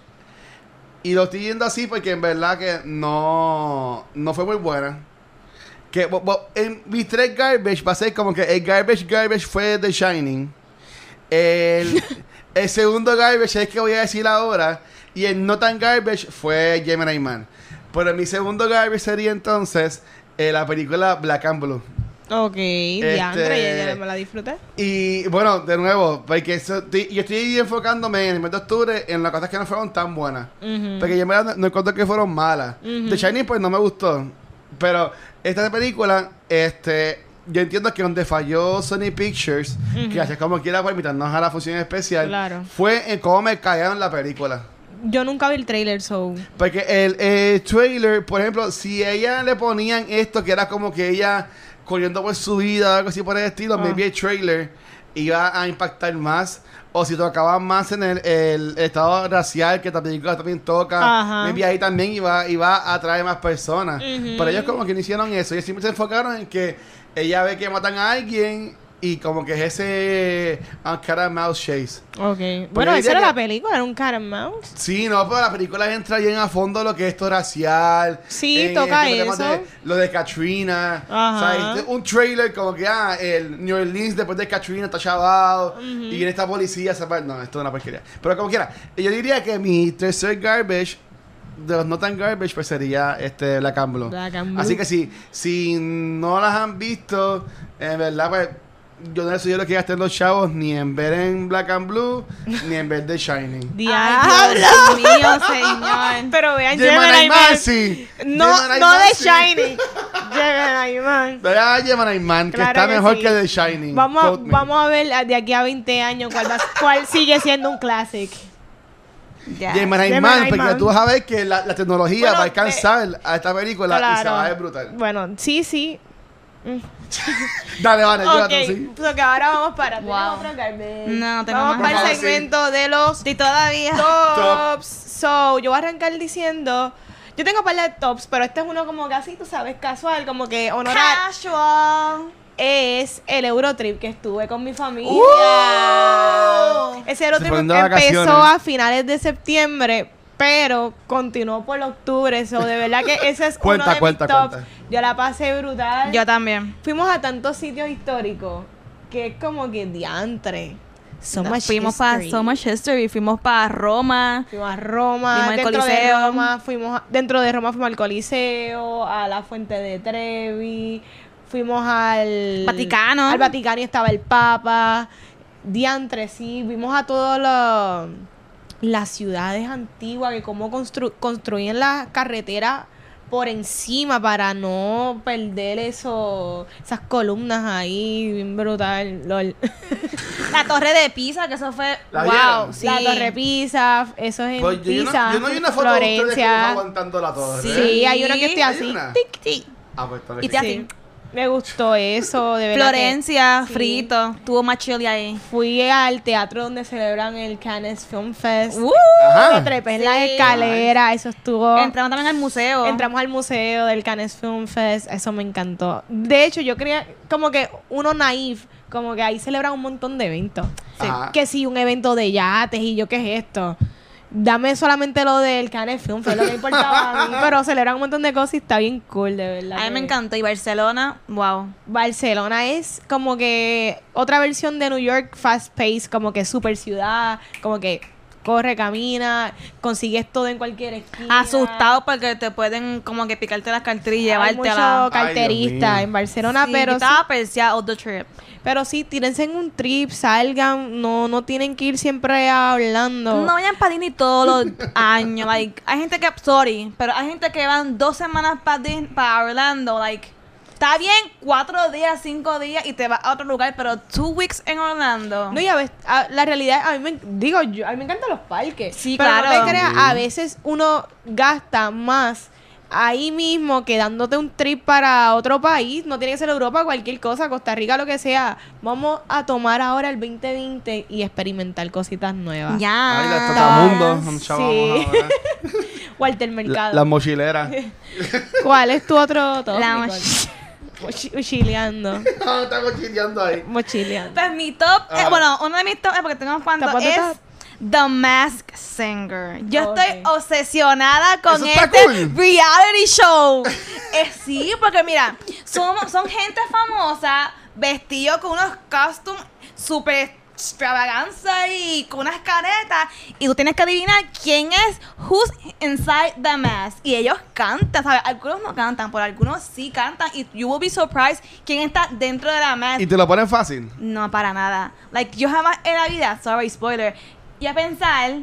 C: y lo estoy yendo así porque en verdad que no, no fue muy buena. Que bo- bo- en mis tres garbage va a ser como que el garbage garbage fue The Shining. El, el segundo garbage es que voy a decir ahora. Y el no tan garbage fue Gemini Man. Pero mi segundo garbage sería entonces eh, la película Black and Blue.
A: Ok, diantre,
C: Este-
A: ya- ya me la disfruté.
C: Y bueno, de nuevo, porque eso- estoy- yo estoy enfocándome en el mes de octubre en las cosas que no fueron tan buenas.
A: Ujú.
C: Porque yo en verdad no, no encuentro que fueron malas.
A: Mm. Ujú.
C: The Shining pues no me gustó. Pero esta película, este, yo entiendo que donde falló Sony Pictures, que hace como quiera para invitarnos a la función especial,
A: Claro.
C: fue en cómo me callaron la película.
A: Yo nunca vi el trailer, so.
C: Porque el, eh, trailer, por ejemplo, si ella le ponían esto que era como que ella corriendo por su vida o algo así por el estilo,
A: Ah.
C: maybe el trailer iba a impactar más. O si tocaban más en el, el estado racial que la película también toca,
A: Ajá.
C: maybe ahí también iba, iba a atraer más personas.
A: Ujú.
C: Pero ellos como que no hicieron eso. Ellos siempre se enfocaron en que ella ve que matan a alguien y como que es ese ah, cara mouse chase.
A: Ok. Bueno,
C: yo
A: esa
C: diría
A: era
C: que-
A: la película, era un cat and mouse.
C: Sí, no, pero la película entra bien a fondo lo que es esto racial.
A: Sí,
C: en- en
A: toca
C: temas de-
A: eso.
C: lo de Katrina.
A: Ajá.
C: ¿sabes? Este- Un trailer como que, ah, el New Orleans después de Katrina está chavado. Y viene esta policía. se va- No, esto es una porquería. Pero como quiera, yo diría que mi tercer garbage, de los no tan garbage, pues sería este Black and Blue.
A: Black and Blue.
C: Así que si, si no las han visto, en verdad, pues. Yo no les sugiero que gasten los chavos ni en ver en Black and Blue, ni en ver The Shining.
B: Ay, Dios mío, señor.
A: Ah, Pero vean
C: Gemini
A: Gemini
C: Man,
A: Man.
C: sí.
A: No,
C: Gemini
A: no
C: Man,
A: de
C: sí.
A: Shining. Gemini Man.
C: Vea a Gemini Man, que
A: Claro
C: está
A: que
C: mejor
A: sí.
C: que The Shining.
A: Vamos a,
C: Quote me.
A: vamos a ver a- de aquí a 20 años cuál, va- cuál sigue siendo un classic.
B: Ya.
C: Gemini,
A: Gemini
C: Man, porque
A: Man.
C: tú vas a ver que la, la tecnología
A: Bueno, eh,
C: va a alcanzar a esta película y se
A: Claro.
C: va a ver brutal.
A: Bueno, sí, sí.
C: Dale, vale,
A: Ok,
C: llévatelo, sí.
A: so que ahora vamos para ¿tienes
B: Wow.
A: otro garbage?
B: No, tengo
A: Vamos
B: más.
A: para
C: Ajá,
A: el
C: sí.
A: segmento de los
B: Y todavía.
A: tops. So, yo voy a arrancar diciendo. Yo tengo par de tops, pero este es uno como casi, tú sabes, casual, como que honorar.
B: Casual.
A: Es el Eurotrip que estuve con mi familia.
B: Uh.
A: Ese Eurotrip
C: fueron de vacaciones.
A: empezó a finales de septiembre, pero continuó por octubre. So, de verdad que ese es
C: Cuenta,
A: uno de
C: cuenta,
A: mis tops.
C: cuenta.
A: Yo la pasé brutal.
B: Yo también.
A: Fuimos a tantos sitios históricos que es como que diantre. So
B: No,
A: much
B: fuimos para
A: history.
B: So Much History, fuimos para Roma.
A: Fuimos a Roma,
B: Fuimos al
A: dentro de
B: Coliseo.
A: Roma, fuimos a- dentro de Roma fuimos al Coliseo, a la Fuente de Trevi, fuimos al
B: Vaticano.
A: Al Vaticano y estaba el Papa. Diantre, sí, vimos a todas las ciudades antiguas que cómo constru- construían las carreteras por encima para no perder eso, esas columnas ahí, bien brutal, lol.
B: La Torre de Pisa, que eso fue.
C: ¿La
B: wow,
C: vieron?
B: sí.
A: La Torre Pisa, eso es en
C: Pues yo, yo no,
A: Pisa,
C: yo no vi una foto de ustedes como
A: Florencia.
C: aguantando la torre. ¿eh?
A: Sí, hay una que estoy
C: ¿Hay
A: así.
C: una?
A: Tic, tic.
C: Ah, pues, tal vez
B: Y te
C: sí.
B: hace-
A: Sí. Me gustó eso, de verdad. que
B: Florencia,
A: Sí.
B: Frito, tuvo más chili ahí.
A: Fui al teatro donde celebran el Cannes Film Fest.
B: Uh,
C: Ajá.
A: Me trepé en la
B: Sí.
A: escalera, eso estuvo.
B: entramos también al museo.
A: Entramos al museo del Cannes Film Fest, eso me encantó. De hecho, yo creía como que uno naif, como que ahí celebran un montón de eventos.
C: Sí. Ajá.
A: Que sí, un evento de yates y yo, ¿qué es esto? Dame solamente lo del Cannes Film Fest, lo que importaba a mí, pero celebran un montón de cosas y está bien cool, de verdad.
B: a mí me
A: que-
B: encantó. Y Barcelona, wow.
A: Barcelona es como que otra versión de New York fast pace, como que super ciudad, como que corre, camina, consigues todo en cualquier esquina.
B: Asustado porque te pueden como que picarte las carteras y
A: Hay
B: llevarte a la.
A: mucho carterista
C: mío.
A: en Barcelona,
B: Sí,
A: pero
B: yo
A: sí,
B: estaba perseada off the trip.
A: pero sí, tírense en un trip, salgan, no no tienen que ir siempre hablando.
B: No vayan para Disney todos los años. Like, hay gente que, sorry, pero hay gente que van dos semanas para para Orlando. Like, está bien cuatro días, cinco días y te vas a otro lugar, pero two weeks en Orlando.
A: No, y a veces, a- la realidad, a mí me, digo, yo, a mí me encantan los parques.
B: Sí,
A: pero
B: claro.
A: no te creas,
C: Sí.
A: a veces uno gasta más ahí mismo que dándote un trip para otro país. No tiene que ser Europa, cualquier cosa, Costa Rica, lo que sea. Vamos a tomar ahora el 2020 y experimentar cositas nuevas.
B: ya.
C: Ay, la Totamundo.
A: Sí.
C: un chabón, ahora.
A: Walter
C: La-
A: Mercado.
C: Las mochileras.
A: ¿Cuál es tu otro top?
B: La
A: Nicole?
B: moch-
A: Mochi- Mochileando.
C: Ah, está mochileando ahí.
A: Mochileando.
B: Pues mi top, eh,
C: Ajá.
B: bueno, uno de mis top, eh, porque tengo cuantos,
A: Tapate,
B: es
A: tap.
B: The Mask Singer. Yo
A: Ok.
B: estoy obsesionada con
C: Eso está
B: este
C: cool.
B: reality show. Eh, sí, porque mira, son, son gente famosa, vestido con unos costumes súper extravaganza y con unas caretas y tú tienes que adivinar quién es who's inside the mask y ellos cantan sabes algunos no cantan pero algunos sí cantan y you will be surprised quién está dentro de la mask
C: Y te lo ponen fácil.
B: no, para nada. Like, yo jamás en la vida, sorry, spoiler, y a pensar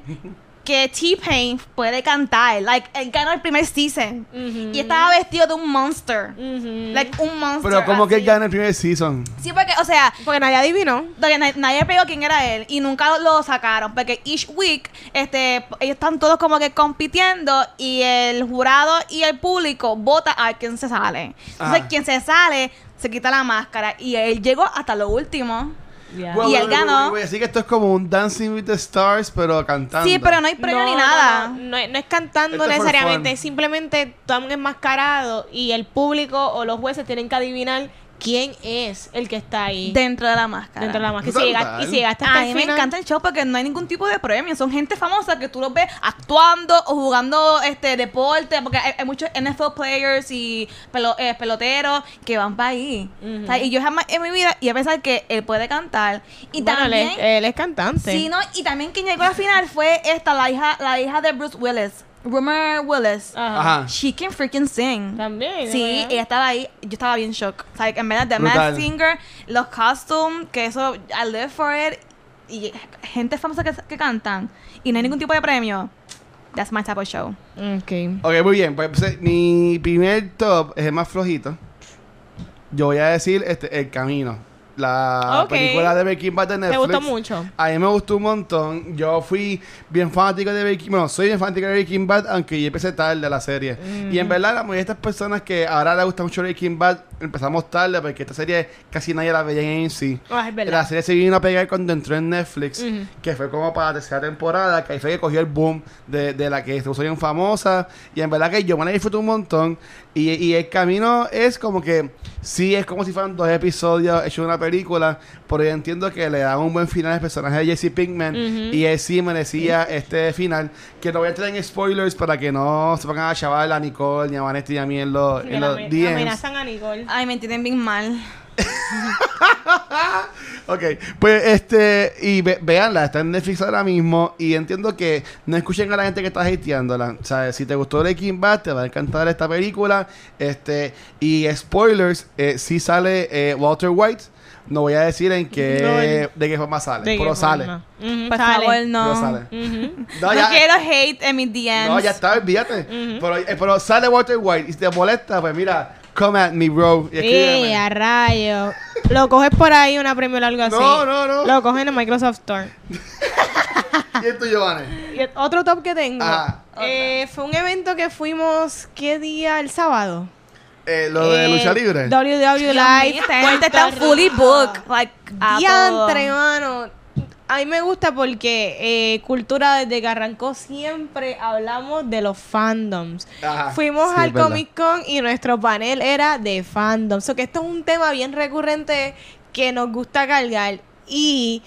B: que T-Pain puede cantar. Like, él ganó el primer season.
A: Ujú.
B: Y estaba vestido de un monster.
A: Ujú.
B: Like, un monster.
C: Pero como que él
B: así.
C: gana el primer season.
B: Sí, porque, o sea,
A: Porque nadie adivinó.
B: porque na- nadie pegó quién era él y nunca lo sacaron porque each week este ellos están todos como que compitiendo y el jurado y el público vota a quien se sale entonces
C: Ah.
B: quien se sale se quita la máscara y él llegó hasta lo último
A: Ya.
B: Bueno, Y él ganó.
C: Así que esto es como un Dancing with the Stars, pero cantando.
B: sí pero no hay premio
A: No,
B: ni
A: no,
B: nada
A: No, no, no es- no es cantando
C: Esto es for
A: necesariamente,
C: fun.
A: es simplemente están enmascarados y el público o los jueces tienen que adivinar quién es el que está ahí
B: dentro de la máscara.
A: dentro de la máscara. Y
C: Brutal.
A: si llega- Y si llegaste hasta
B: A
A: el
B: mí me
A: final,
B: encanta el show porque no hay ningún tipo de premio. Son gente famosa que tú los ves actuando o jugando este deporte. Porque hay, hay muchos NFL players y pelo- eh, peloteros que van para ahí.
A: Ujú.
B: O sea, Y yo jamás en mi vida iba a pensar que él puede cantar. Y
A: bueno,
B: también.
A: él, es, este. él es cantante.
B: sí, no, y también quien llegó a la final fue esta, la hija, la hija de Bruce Willis. Rumor Willis.
A: Ajá.
C: Ajá.
B: She can freaking sing.
A: También.
B: Sí,
A: ¿verdad?
B: ella estaba ahí, yo estaba bien shock. O sea, en verdad, The
C: Brutal.
B: Masked Singer, los costumes, que eso, I live for it, y gente famosa que, que cantan, y no hay ningún tipo de premio. That's my type of show.
A: Ok.
C: Ok, muy bien. Pues eh, mi primer top es el más flojito. Yo voy a decir este, El Camino. La
A: Ok.
C: película de Breaking Bad de
A: Te
C: Netflix.
A: gustó mucho.
C: A mí me gustó un montón. Yo fui bien fanático de Breaking Bueno, soy bien fanático de Breaking Bad, aunque yo empecé tarde la serie. Y en verdad, la mayoría de estas personas que ahora les gusta mucho Breaking Bad, empezamos tarde porque esta serie casi nadie la veía en sí.
A: Ah, es verdad.
C: La serie se vino a pegar cuando entró en Netflix,
A: Ujú.
C: que fue como para la tercera temporada, que ahí fue que cogió el boom de, de la que se puso bien famosa. Y en verdad que yo me la disfruto un montón. Y, y el camino es como que, sí, es como si fueran dos episodios hechos de una película, pero yo entiendo que le dan un buen final al personaje de Jesse Pinkman.
A: Ujú.
C: Y él sí merecía este final, que no voy a entrar en spoilers para que no se pongan a chaval a Nicole, ni a Vanessa, ni a mí en los,
A: Que
C: en
A: la
C: los
A: amen-
C: DMs.
A: Amenazan a Nicole.
B: Ay, me entienden bien mal.
C: Ok, pues este, y ve- véanla, está en Netflix ahora mismo. Y entiendo que no escuchen a la gente que está hateándola. O sea, si te gustó Breaking Bad, te va a encantar esta película. Este, y spoilers, eh, sí sale eh, Walter White. No voy a decir en qué, de qué forma sale,
A: ¿De
C: pero
A: qué
C: sale.
A: forma? Ujú,
B: Por
A: sale.
B: favor, no.
C: Pero sale.
A: Ujú.
C: No,
B: Mm, No,
C: ya,
B: quiero hate en mis DMs.
C: no, ya está, olvídate. pero, eh, pero sale Walter White y si te molesta, pues mira, come at me, bro. y escríbeme.
A: ¡Eh, a rayo! Lo coges por ahí una premio o algo así.
C: No, no, no.
A: Lo cogen en Microsoft Store.
C: ¿Y es tuyo, Vane?
A: Y el otro top que tengo.
C: Ajá.
A: eh, fue un evento que fuimos, ¿qué día? El sábado.
C: Eh, lo de
A: Eh,
C: lucha libre.
A: WW
B: Dios
A: Live.
B: mío, esta gente está
A: Puerto
B: fully
A: Rico.
B: booked. Like, a
A: Diantre,
B: todo.
A: mano. A mí me gusta porque eh, Cultura desde que arrancó siempre hablamos de los fandoms.
C: Ajá,
A: Fuimos
C: sí,
A: al
C: es verdad.
A: Comic Con y nuestro panel era de fandoms. So que esto es un tema bien recurrente que nos gusta cargar. Y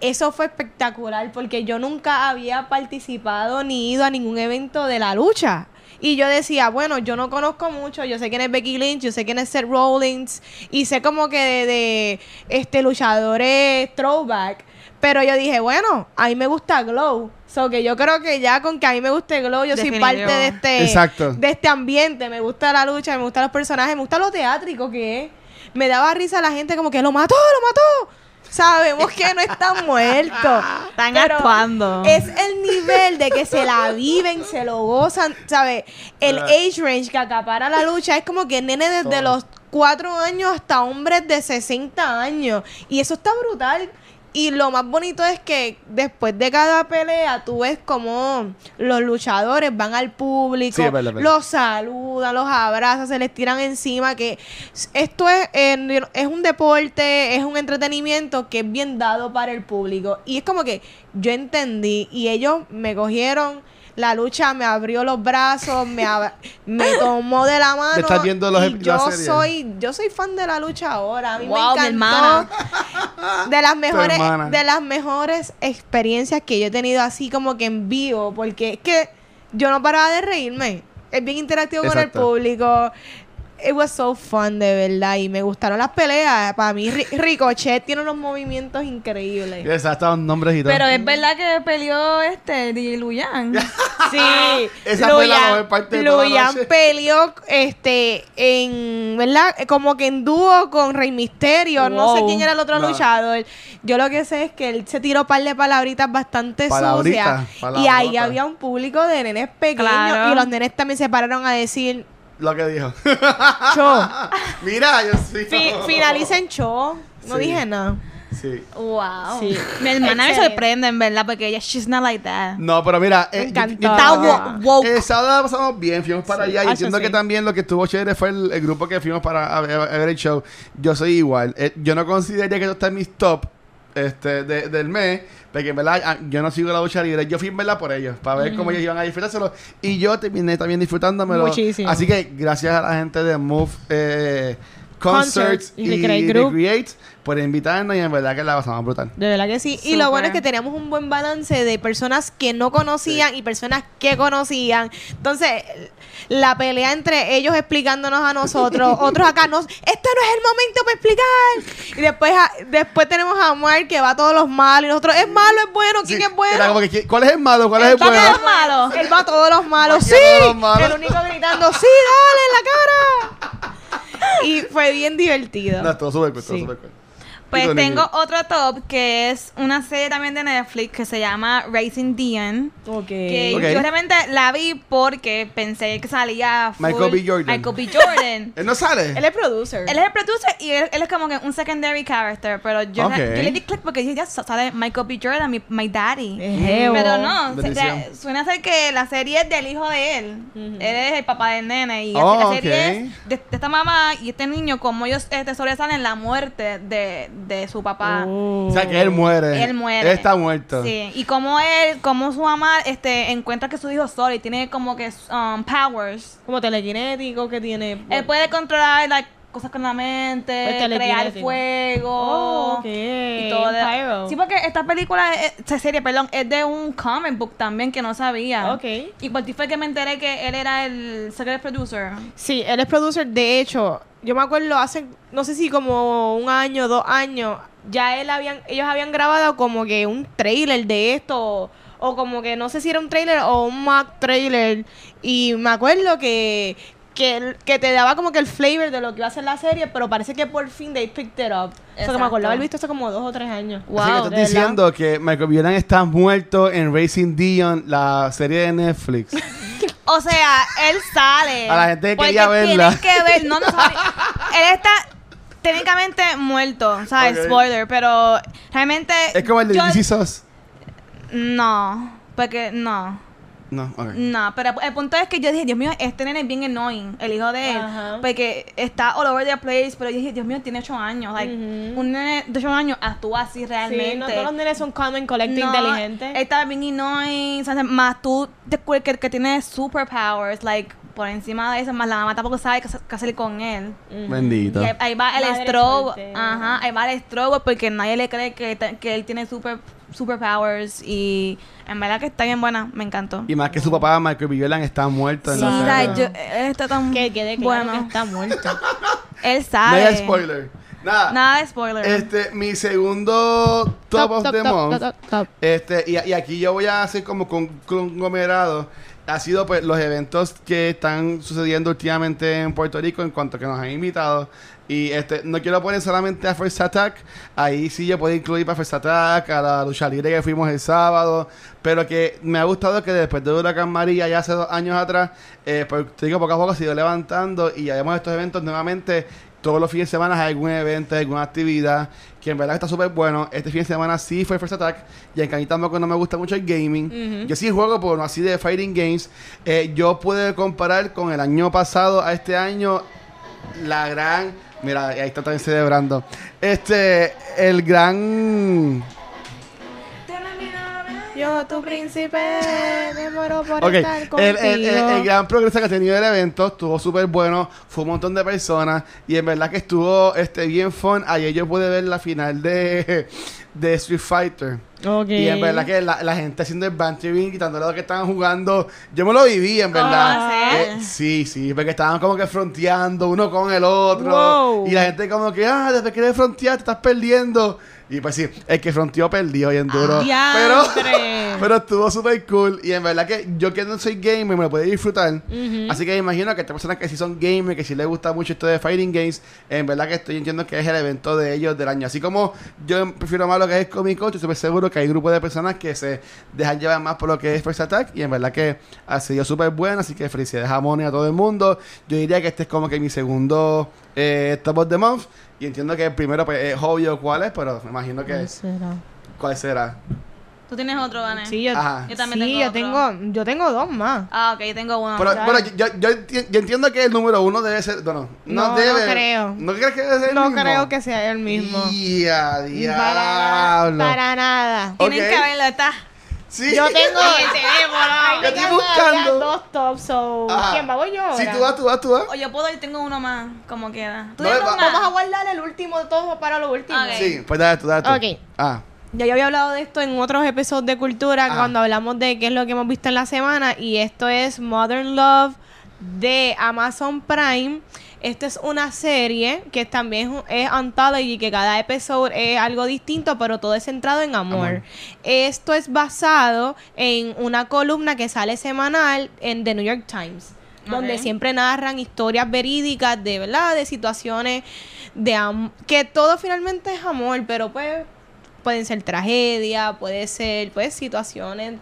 A: eso fue espectacular porque yo nunca había participado ni ido a ningún evento de la lucha. Y yo decía, bueno, yo no conozco mucho, yo sé quién es Becky Lynch, yo sé quién es Seth Rollins y sé como que de, de, este luchadores throwback. Pero yo dije, bueno, a mí me gusta Glow. So que yo creo que ya con que a mí me guste Glow, yo soy
B: Definitivo.
A: parte de este,
C: Exacto.
A: de este ambiente. Me gusta la lucha, me gustan los personajes, me gusta lo teátrico que es. Me daba risa la gente como que lo mató, lo mató. Sabemos que no están muertos.
B: Están
A: pero
B: actuando.
A: Es el nivel de que se la viven, se lo gozan, ¿sabes? El
C: Claro.
A: age range que acapara la lucha es como que nene desde
C: Todo.
A: los 4 años hasta hombres de 60 años. Y eso está brutal. Y lo más bonito es que después de cada pelea tú ves como los luchadores van al público,
C: Sí, es verdad, es verdad.
A: los saludan, los abrazan, se les tiran encima, que s- esto es, eh, es un deporte, es un entretenimiento que es bien dado para el público. Y es como que yo entendí y ellos me cogieron, la lucha me abrió los brazos, me, ab- me tomó de la mano.
C: estás viendo los
A: y
C: ep- la
A: yo
C: serie.
A: soy, yo soy fan de la lucha ahora. A mí
B: Wow, mi
A: me encantó.
B: hermana.
A: De las mejores,
C: hermana.
A: de las mejores experiencias que yo he tenido así como que en vivo, porque es que yo no paraba de reírme. Es bien interactivo
C: Exacto.
A: con el público. It was so fun, de verdad. Y me gustaron las peleas. Para mí, Ri- Ricochet tiene unos movimientos increíbles.
C: Exacto, los nombres y todo.
B: Pero es verdad que peleó este DJ Luyan.
A: Sí.
C: Esa fue la
A: Luyan-
C: mejor parte de toda la
A: Luyan
C: noche.
A: peleó este, en, ¿verdad? Como que en dúo con Rey Misterio. No sé
B: Wow.
A: quién era el otro
C: No.
A: luchador. Yo lo que sé es que él se tiró un par de palabritas bastante
C: Palabritas,
A: sucias. Y
C: palabrotas.
A: ahí había un público de nenes pequeños.
B: Claro.
A: Y los nenes también se pararon a decir,
C: Lo que dijo.
A: Cho.
C: Mira, yo sí.
A: Fi- finalicen Cho. No
C: Sí.
A: dije nada.
C: Sí.
B: Wow.
A: Sí.
B: Mi hermana me
A: Excelente.
B: sorprende, en verdad, porque ella, she's not like that.
C: No, pero mira, eh, yo- yo-
A: encantó.
B: Está
A: Ah.
B: wo- woke.
C: El sábado la pasamos bien, fuimos para
A: Sí,
C: allá. Y
A: ah,
C: entiendo
A: yo
C: que
A: sí.
C: también lo que estuvo chévere fue el, el grupo que fuimos para a ver, a ver el show. Yo soy igual. Eh, yo no consideraría que esto está en mis top este, de- del mes, porque en verdad ah, yo no sigo la lucha libre. Yo fui en verla por ellos, para ver cómo ellos iban a disfrutárselo. Y yo terminé también disfrutándomelo.
A: Muchísimo.
C: Así que gracias a la gente de Move. eh, Concerts
A: Concerts
C: y,
A: y Recreate Group.
C: Recreate por invitarnos y en verdad que la pasamos brutal.
A: De verdad que sí. Y lo
B: Súper.
A: bueno es que teníamos un buen balance de personas que no conocían y personas que conocían. Entonces, la pelea entre ellos explicándonos a nosotros, otros acá, no, este no es el momento para explicar. Y después, a- después tenemos a Omar que va a todos los malos y nosotros, es malo, es bueno, ¿quién
C: Sí,
A: es bueno?
C: era como que, ¿Cuál es el malo? ¿Cuál es el
A: Él va
C: bueno?
A: a todos los malos. Él va a todos los malos.
C: Va a
A: Sí.
C: todos los malos.
A: El único gritando, sí, dale en la cara. Y fue bien divertido.
C: No, estuvo súper cool, estuvo
A: Sí.
C: súper cool. Y
B: Pues
C: con
B: tengo
C: Ingrid.
B: otro top que es una serie también de Netflix que se llama Raising Dion.
A: Ok.
B: Que
C: Ok.
B: yo realmente la vi porque pensé que salía full
C: Michael B. Jordan.
B: Michael B. Jordan.
C: Él no sale.
A: Él es producer.
B: él es el producer y él, él es como que un secondary character. Pero yo,
C: Ok.
B: yo le di click porque dije, ya sale Michael B. Jordan, mi, my daddy.
A: Ejeo.
B: Pero no, se-
C: Bendición.
B: suena a ser que la serie es del hijo de él.
A: Ujú.
B: Él es el papá del nene. Y
C: Oh,
B: la serie
C: ok.
B: es de, de esta mamá y este niño, como ellos este, sobresalen la muerte de, de su papá.
A: Oh.
C: O sea, que él muere.
B: Él muere.
C: Él está muerto.
B: Sí, y como él, como su mamá este, encuentra que su hijo solo y tiene como que um, powers.
A: Como telequinético que tiene.
B: Él puede controlar las cosas con la mente,
A: Pues telequinético.
B: crear fuego.
A: Oh, ok.
B: Y todo de-
A: Pyro.
B: Sí, pues. porque esta película, es- esta serie, perdón, es de un comic book también que no sabía.
A: Ok.
B: Y por ti fue que me enteré que él era el secret producer.
A: Sí, él es producer. De hecho, yo me acuerdo hace, no sé si como un año, dos años, ya él habían, ellos habían grabado como que un trailer de esto. O como que no sé si era un trailer o un Mac trailer. Y me acuerdo que, que, el- que te daba como que el flavor de lo que iba a ser la serie, pero parece que por fin they picked it up. O sea, que me acuerdo
B: Exacto.
A: haber visto hace como dos o tres años.
C: Así que
B: Wow,
C: estás
B: de verdad.
C: diciendo que Michael B. Jordan está muerto en Racing Dion, la serie de Netflix.
B: O sea, él sale.
C: A la gente que
B: Porque
C: quería verla.
B: Tienen que ver. No, no sabe. Él está técnicamente muerto. ¿Sabes?
C: Ok.
B: Spoiler. Pero realmente.
C: es como el de
B: yo-
C: DC Sos.
B: No. Porque no.
C: No, ok.
B: No, pero el punto es que yo dije, Dios mío, este nene es bien annoying, el hijo de él.
A: Ajá.
B: Porque está all over the place, pero yo dije, Dios mío, tiene 8 años. like,
A: Ujú.
B: Un nene de 8 años actúa así realmente.
A: Sí, no todos los nenes son common, collective,
B: No,
A: inteligentes.
B: Él está bien annoying, o sea, más tú descubres que, que tiene superpowers, like, por encima de eso, más la mamá tampoco sabe qué hacer- qué hacer con él.
A: Ujú.
C: Bendito.
B: Y ahí, ahí va el
A: Madre
B: estrobo.
A: soltera.
B: Ajá, ahí va el estrobo porque nadie le cree que, ta- que él tiene super superpowers y en verdad que está bien buena, me encantó.
C: Y más que su papá, Michael B. Jordan, está muerto en
B: Sí,
C: la
A: Claro.
B: da-
C: serie.
B: yo- él está tan
A: Que quede claro
B: bueno.
A: que está muerto.
B: Él
C: No
B: sabe.
C: hay spoiler. Nada.
B: Nada de spoiler.
C: Este, mi segundo top, of the month.
A: top, top.
C: Este, y, y aquí yo voy a hacer como con conglomerado. Ha sido pues los eventos que están sucediendo últimamente en Puerto Rico en cuanto que nos han invitado. Y este, no quiero poner solamente a First Attack. Ahí sí yo puedo incluir para First Attack, a la lucha libre que fuimos el sábado. Pero que me ha gustado que después de Huracán María, ya hace dos años atrás, eh, Puerto Rico poco a poco se ha ido levantando y ya vemos estos eventos nuevamente todos los fines de semana hay algún evento, hay alguna actividad, que en verdad está súper bueno. Este fin de semana sí fue First Attack, y en Canita tampoco no me gusta mucho el gaming. Yo sí juego, pero no así de fighting games. Eh, yo pude comparar con el año pasado a este año la gran... Mira, ahí está también celebrando. Este, el gran...
A: Yo, tu príncipe, me muero por
C: Ok,
A: estar
C: el,
A: contigo.
C: el- el- el gran progreso que ha tenido el evento estuvo súper bueno, fue un montón de personas y en verdad que estuvo este, bien fun. Ayer yo pude ver la final de, de Street Fighter.
A: Ok.
C: Y en verdad que la, la gente haciendo el bantering, quitando lo que estaban jugando, yo me lo viví en verdad.
B: Ah,
C: Eh, sí, sí, porque estaban como que fronteando uno con el otro.
A: Wow.
C: Y la gente como que, ah, después que de frontear te estás perdiendo. Y pues sí, el que fronteó perdió y en
A: Ah,
C: duro. pero...
A: Diantre.
C: Pero estuvo súper cool. Y en verdad que yo que no soy gamer me lo puedo disfrutar. Así que imagino que estas personas que sí son gamers, que sí les gusta mucho esto de Fighting Games, en verdad que estoy entiendo que es el evento de ellos del año. Así como yo prefiero más lo que es Comic Con, estoy súper seguro que hay grupos de personas que se dejan llevar más por lo que es First Attack. Y en verdad que ha sido súper bueno. Así que felicidades a Moni y a todo el mundo. Yo diría que este es como que mi segundo eh, Top of the Month. Y entiendo que el primero pues, es obvio cuál es, pero me imagino que
A: ¿Qué será?
C: cuál será.
B: Tú tienes otro, Vane.
A: Sí, yo,
C: Ajá.
B: Yo también
A: sí,
B: tengo
A: yo,
B: otro.
A: tengo, yo tengo dos más.
B: Ah, ok, yo tengo uno.
C: Pero,
A: Claro.
C: bueno, yo, yo, enti- yo entiendo que el número uno debe ser. No, no, no,
A: No,
C: debe.
A: no creo.
C: ¿No crees que debe ser el
A: No
C: mismo?
A: creo que sea el mismo.
C: Ya,
A: Para,
C: diablo.
A: na- para nada.
B: Tienen
C: ok.
B: que verlo, está.
C: Sí. Ah.
A: Yo tengo
B: el teléfono.
C: Yo estoy
A: Ya
C: buscando.
A: había dos tops, so...
C: Ajá.
A: ¿Quién va? Voy yo
C: Sí,
A: ahora?
C: tú vas, tú vas, tú vas.
B: O yo puedo y tengo uno más, como queda. ¿Tú
C: No,
B: tienes
C: va-
B: más?
A: Vamos a guardar el último todo para lo último.
B: Ok.
C: Sí, pues dale tú, dale tú.
A: Ok.
C: Ah,
A: Ya yo había hablado de esto en otros episodios de Cultura
C: Ah.
A: cuando hablamos de qué es lo que hemos visto en la semana y esto es Modern Love de Amazon Prime. Esta es una serie que también es un- es anthology, que cada episodio es algo distinto, pero todo es centrado en amor.
C: Amor.
A: Esto es basado en una columna que sale semanal en The New York Times. donde
B: Ok.
A: siempre narran historias verídicas de verdad, de situaciones de am- que todo finalmente es amor, pero pues pueden ser tragedia, puede ser pues situaciones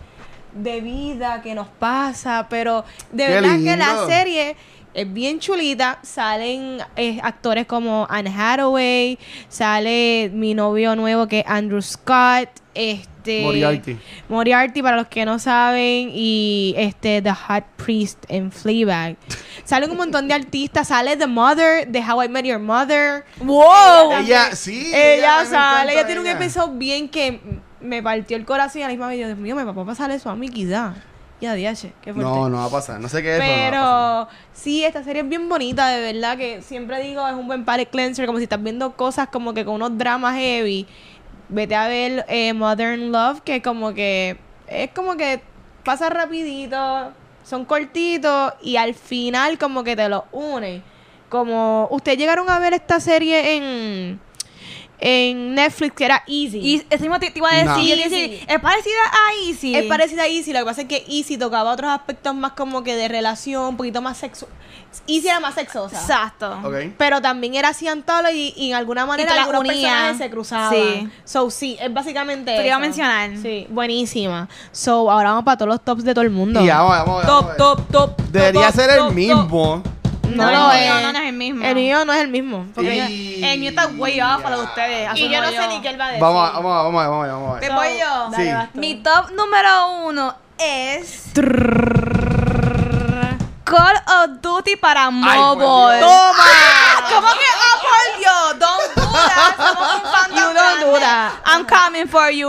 A: de vida que nos pasa, pero de
C: Qué
A: verdad que la
C: lindo.
A: serie es bien chulita, salen eh, actores como Anne Hathaway, sale mi novio nuevo que es Andrew Scott, este
C: Moriarty.
A: Moriarty, para los que no saben, y este The Hot Priest en Fleabag. Salen un montón de artistas, sale The Mother de How I Met Your Mother.
B: ¡Wow!
C: Ella, sí.
A: ella
C: a mí me
A: sale,
C: encanta
A: ella tiene un
C: ella.
A: episodio bien que me partió el corazón y a la misma vez yo, Dios mío, me va a pasar eso a mí quizá. Y a DH, qué fuerte.
C: No, no va a pasar. No sé qué es, no va a pasar.
A: Pero sí, esta serie es bien bonita, de verdad, que siempre digo, es un buen palette cleanser, como si estás viendo cosas como que con unos dramas heavy. Vete a ver eh, Modern Love, que como que es como que pasa rapidito, son cortitos y al final como que te los une. Como ustedes llegaron a ver esta serie en, en Netflix, que era Easy.
B: Y ese mismo te, te iba a
C: No.
B: decir,
A: Easy.
B: decir, es parecida a Easy.
A: Es parecida a Easy, lo que pasa es que Easy tocaba otros aspectos más como que de relación, un poquito más sexual. Easy era más sexosa.
B: Exacto.
C: Ok.
A: pero también era Scientology y en alguna manera
B: te la
A: algunos
B: unía.
A: personajes se cruzaban.
B: Sí.
A: So, sí, es básicamente
B: Te lo iba a
A: eso.
B: mencionar.
A: Sí, buenísima. So, ahora vamos para todos los tops de todo el mundo.
C: Y ya, vamos, vamos, vamos a
B: Top,
C: ver.
B: top, top.
C: Debería
B: top,
C: ser
B: top,
C: el
B: top.
C: mismo.
A: No,
B: No,
A: lo
B: el
A: es.
B: mío no, no es el mismo.
A: El mío no es el mismo. porque yo-
C: Y-
B: El mío está way off a lo de ustedes. así
A: Y yo no
B: como
A: sé ni qué él va a decir.
C: Vamos a, vamos a, vamos a, vamos a, vamos a
B: Te
C: ver.
A: So,
B: voy yo.
A: dale,
C: Sí.
A: vas tú.
B: Mi top número uno es. Call of Duty para mobile.
C: pues, Dios.
B: ¿Cómo que? Oh, por Dios. Don't do that. Somos un fandom
A: You don't do
B: grande.
A: that.
B: I'm coming for you,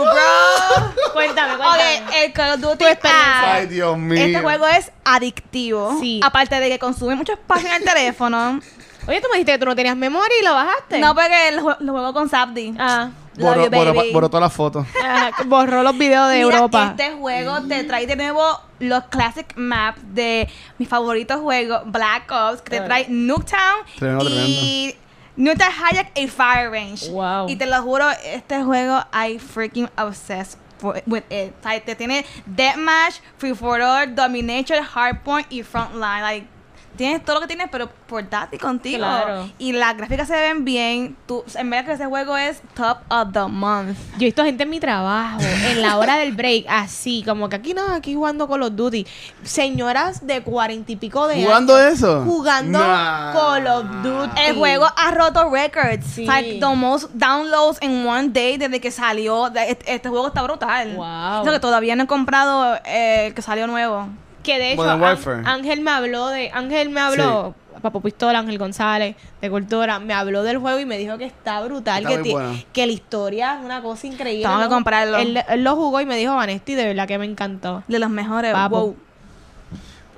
B: bro.
A: Cuéntame, cuéntame.
B: Ok, el Call of Duty
A: experiencia.
B: app.
C: Ay, Dios mío.
B: Este juego es adictivo.
A: Sí.
B: Aparte de que consume mucho espacio en el teléfono.
A: Oye, tú me dijiste que tú no tenías memoria y lo bajaste.
B: No, porque lo, jue- lo juego con Sabdi.
A: Ah,
B: Love
C: Borró,
B: you,
C: borró,
B: baby.
C: borró todas las fotos.
A: ah, borró los videos de
B: Mira,
A: Europa.
B: Este juego te trae de nuevo los classic maps de mi favorito juego, Black Ops, que te
A: Claro.
B: trae Nuketown
C: Tremendo,
B: y Nuketown Hayak y Fire Range.
A: Wow.
B: Y te lo juro, este juego I freaking obsessed for- with it. O sea, te tiene Deathmatch, Free for All, Domination, Hardpoint y Frontline. Like, Tienes todo lo que tienes, pero portátil contigo.
A: Claro.
B: Y las gráficas se ven bien. Tú, en verdad que ese juego es top of the month.
A: Yo he visto gente en mi trabajo, en la hora del break, así, como que aquí no, aquí jugando Call of Duty. Señoras de cuarenta y pico de
C: ¿Jugando
A: años,
C: eso?
A: Jugando
C: Nah.
A: Call of Duty.
B: El juego ha roto records.
A: Sí.
B: Like, the most downloads in one day desde que salió. Este, este juego está brutal.
A: Wow.
B: Eso que todavía no he comprado eh, el que salió nuevo.
A: Que de hecho,
C: Modern
A: An-
C: Warfare.
A: Ángel me habló de. Ángel me habló. Papo Pistola, Ángel González, de Cultura, me habló del juego y me dijo que está brutal,
C: Está
A: que,
C: muy
A: ti-
C: bueno.
A: que la historia es una cosa increíble.
B: Tengo que
A: ¿no?
B: comprarlo.
A: Él, él lo jugó y me dijo, Vanesti, de verdad que me encantó.
B: De los mejores.
A: Papo.
B: Wow.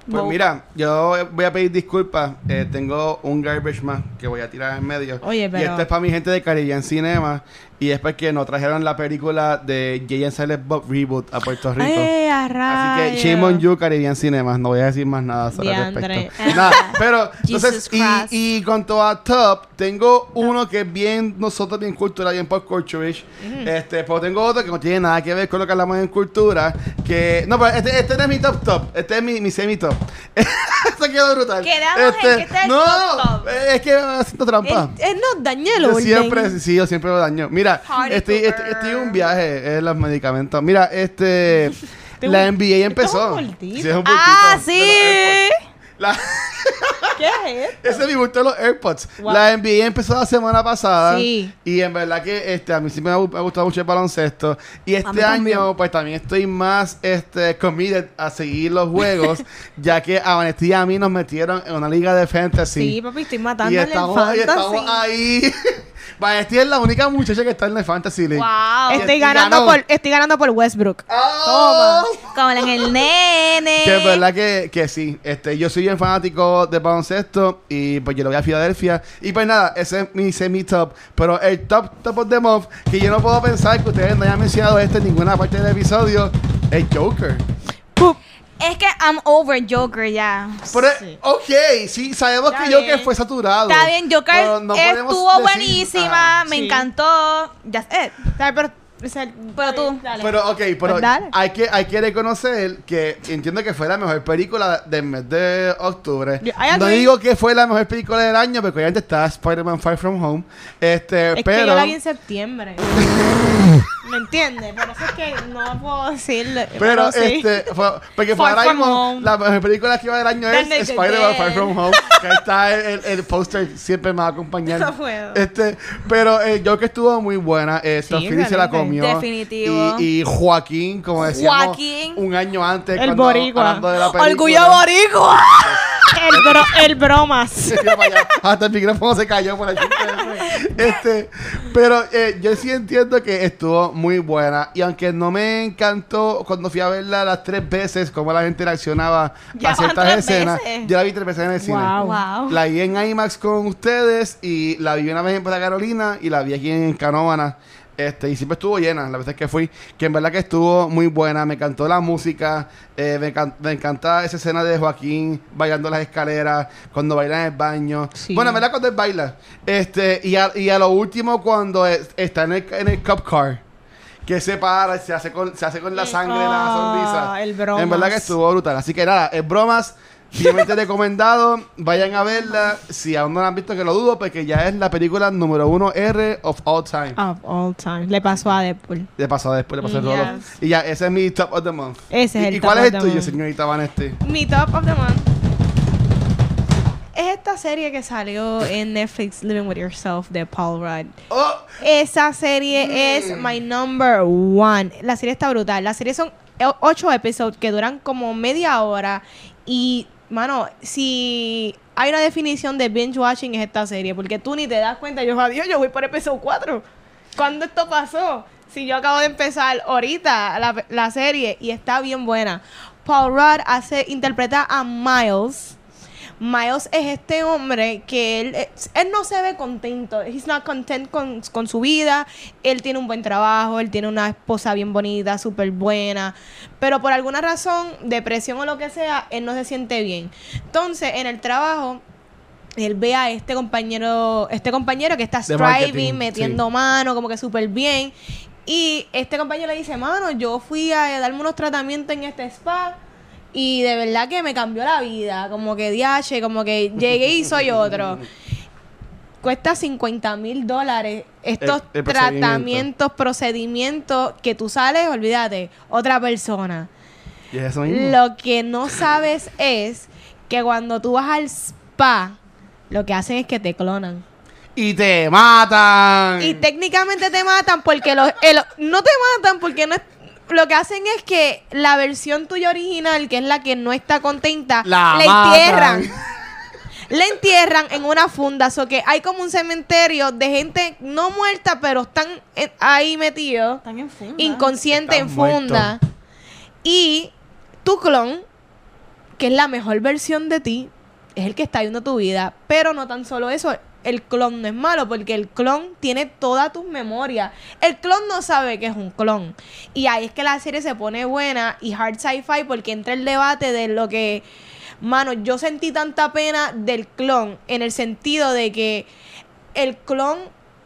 C: Pues
B: Wow.
C: mira, yo voy a pedir disculpas. Eh, tengo un garbage más que voy a tirar en medio.
A: Oye,
C: Y
A: pero-
C: esto es para mi gente de Caribbean Cinema. Y es porque nos trajeron la película de Jay and Silent Bob Reboot a Puerto Rico.
A: ¡Eh, a
C: Así que
A: rayos!
C: shame on you, Caribbean Cinemas. No voy a decir más nada sobre el
A: Diantre.
C: respecto. Nada, pero entonces,
B: Jesus
C: y,
B: Christ.
C: y cuanto a top, tengo uno que es bien, nosotros bien cultura, bien pop culture este, pero tengo otro que no tiene nada que ver con lo que hablamos en cultura. Que, no, pero este, este no es mi top top, este es mi, mi semi top. Esto quedó brutal.
B: Quedamos en que este es el
C: No,
B: top, top.
C: es que siento trampa.
A: Él, él nos dañó el
C: Yo
A: orden.
C: siempre, sí, yo siempre lo daño. Mira,
B: Party
C: estoy,
B: pooper.
C: estoy- estoy en un viaje en los medicamentos. Mira, este.
A: es
C: la
A: un-
C: NBA
A: esto es un
C: empezó.
A: bultito.
C: Sí, es un
B: Ah,
C: bultito de los
B: sí.
C: AirPods. La-
A: ¿Qué es esto?
C: ese es mi bulto de los AirPods.
A: Wow.
C: La NBA empezó la semana pasada.
A: Sí.
C: Y en verdad que este, a mí sí me ha, gu- me ha gustado mucho el baloncesto. Y este año, pues también estoy más este, committed a seguir los juegos, ya que a Vanesti y a mí nos metieron en una liga de fantasy.
A: Sí, papi, estoy matando
C: Y
A: al
C: estamos, ahí, estamos ahí. Vanesti es la única muchacha que está en la Fantasy League.
B: Wow.
C: Este-
A: Estoy
C: Y
A: ganando,
C: ganó.
A: por, estoy ganando por Westbrook.
C: ¡Ah!
B: Como en el nene.
C: Que es verdad que, que sí. Este, yo soy bien fanático de baloncesto y pues yo lo voy a Filadelfia. Y pues nada, ese es mi semi-top. Pero el top top of the month, que yo no puedo pensar que ustedes no hayan mencionado este en ninguna parte del episodio, es Joker.
A: Pup.
B: Es que I'm over Joker ya.
C: Pero,
A: Sí.
C: ok, sí, sabemos
A: Está
C: que Joker
A: bien.
C: fue saturado.
B: Está bien, Joker
C: pero no podemos
B: estuvo
C: decir- Ah.
B: buenísima,
C: Ajá.
B: me
A: sí.
B: encantó. That's it.
A: ¿Sabes? Pero O sea, eh,
B: Pero tú.
A: dale.
C: Pero, ok, pero
B: Pues dale.
C: hay que, hay que reconocer que entiendo que fue la mejor película del mes de octubre.
B: Yo- I
C: No
B: agree.
C: digo que fue la mejor película del año, porque obviamente está Spider-Man Far From Home. Este,
A: es que
C: pero.
A: yo la vi en septiembre. ¿Me entiendes? Por eso es que no puedo decirlo.
C: pero,
A: sí.
C: este, fue- porque por
B: Far
C: ahora
B: From
C: mismo,
B: Home.
C: la mejor película que iba del año es
B: Then they did
C: Spider-Man Far
B: it.
C: From Home. Que ahí está el, el, el póster, siempre me va a acompañar.
A: No puedo.
C: Este, pero eh, yo que estuvo muy buena. Eh,
A: Sí,
C: Sofía se la
A: realmente.
C: comió.
B: Definitivo.
C: Y, y Joaquín, como decíamos,
B: Joaquín.
C: un año antes.
A: El
C: cuando-
A: boricua.
C: hablando de la
B: Orgullo
C: película.
B: boricua.
A: el, bro, el bromas.
C: Mira para allá. Hasta el micrófono se cayó por aquí. Este, pero eh, yo sí entiendo que estuvo muy buena. Y aunque no me encantó cuando fui a verla las tres veces, cómo la gente reaccionaba
B: Ya
C: a
B: van
C: ciertas
B: tres
C: escenas,
B: veces.
C: yo la vi tres veces en el cine.
A: Wow.
B: Wow.
C: La vi en IMAX con ustedes y la vi una vez en Puerto Carolina y la vi aquí en Canóvana. Este, y siempre estuvo llena, la vez que fui, que en verdad que estuvo muy buena, me encantó la música, eh, me, encan- me encanta esa escena de Joaquín bailando las escaleras, cuando baila en el baño.
A: Sí.
C: Bueno, en verdad cuando él baila. Este, y a, y a lo último cuando es- está en el, en el cup car, que se para, y se hace con, se hace con la sangre,
A: Eh, Ah,
C: la sonrisa.
A: el bromas.
C: En verdad que estuvo brutal. Así que nada, es bromas. Simplemente recomendado, vayan a verla. Si aún no la han visto, que lo dudo, porque ya es la película número uno R of all time.
A: Of all time. Le pasó a Deadpool.
C: Le pasó después, le pasó el
B: Yes.
C: rolo. Y ya, ese es mi top of the month.
A: Ese es
C: ¿Y,
A: el
C: ¿y
A: top
C: cuál
A: of
C: es el
A: the
C: tuyo,
A: month.
C: señorita Vanesti?
A: Mi top of the month. Es esta serie que salió en Netflix, Living With Yourself, de Paul Rudd.
C: ¡Oh!
A: Esa serie es my number one. La serie está brutal. La serie son o- ocho episodios que duran como media hora. Y, mano, si hay una definición de binge watching es esta serie. Porque tú ni te das cuenta. Yo, adiós, yo voy por episodio 4. ¿Cuándo esto pasó? Si yo acabo de empezar ahorita la, la serie y está bien buena. Paul Rudd hace, interpreta a Miles. Miles es este hombre que él, es- él no se ve contento. He's not content con, con su vida. Él tiene un buen trabajo, él tiene una esposa bien bonita, súper buena. Pero por alguna razón, depresión o lo que sea, él no se siente bien. Entonces, en el trabajo, él ve a este compañero, este compañero que está
C: De marketing,
A: striving, metiendo mano, como que súper bien. Y este compañero le dice, mano, yo fui a eh, darme unos tratamientos en este spa y de verdad que me cambió la vida. Como que DH, como que llegué y soy otro. Cuesta 50 mil dólares estos
C: El- el procedimiento.
A: tratamientos, procedimientos que tú sales, olvídate, otra persona.
C: Y es eso mismo.
A: Lo que no sabes es que cuando tú vas al spa, lo que hacen es que te clonan.
C: ¡Y te matan!
A: Y técnicamente te matan porque los, el- no te matan porque no es- lo que hacen es que la versión tuya original, que es la que no está contenta,
C: La matan.
A: entierran. La entierran en una funda, so que hay como un cementerio de gente no muerta, pero están eh, ahí metidos,
B: Están en funda.
A: inconsciente
C: Están
A: en funda. Y tu clon, que es la mejor versión de ti, es el que está viendo tu vida. Pero no tan solo eso, el clon no es malo, porque el clon tiene todas tus memorias. El clon no sabe que es un clon. Y ahí es que la serie se pone buena y hard sci-fi porque entra el debate de lo que, mano, yo sentí tanta pena del clon en el sentido de que el clon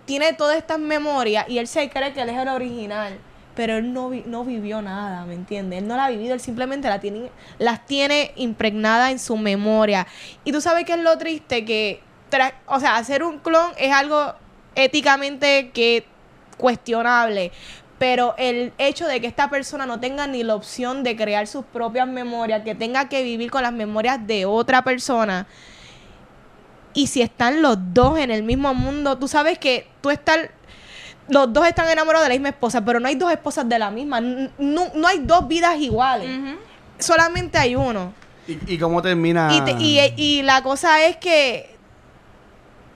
A: tiene todas estas memorias y él se cree que él es el original. Pero él no, vi- no vivió nada, ¿me entiendes? Él no la ha vivido, él simplemente la tiene, las tiene impregnada en su memoria. Y tú sabes que es lo triste que, tra- o sea, hacer un clon es algo éticamente que cuestionable. Pero el hecho de que esta persona no tenga ni la opción de crear sus propias memorias, que tenga que vivir con las memorias de otra persona, y si están los dos en el mismo mundo, tú sabes que tú estás. Los dos están enamorados de la misma esposa, pero no hay dos esposas de la misma. N- No, no hay dos vidas iguales.
B: Ujú.
A: Solamente hay uno.
C: ¿Y, y cómo termina?
A: Y, te-
C: mm.
A: y- y la cosa es que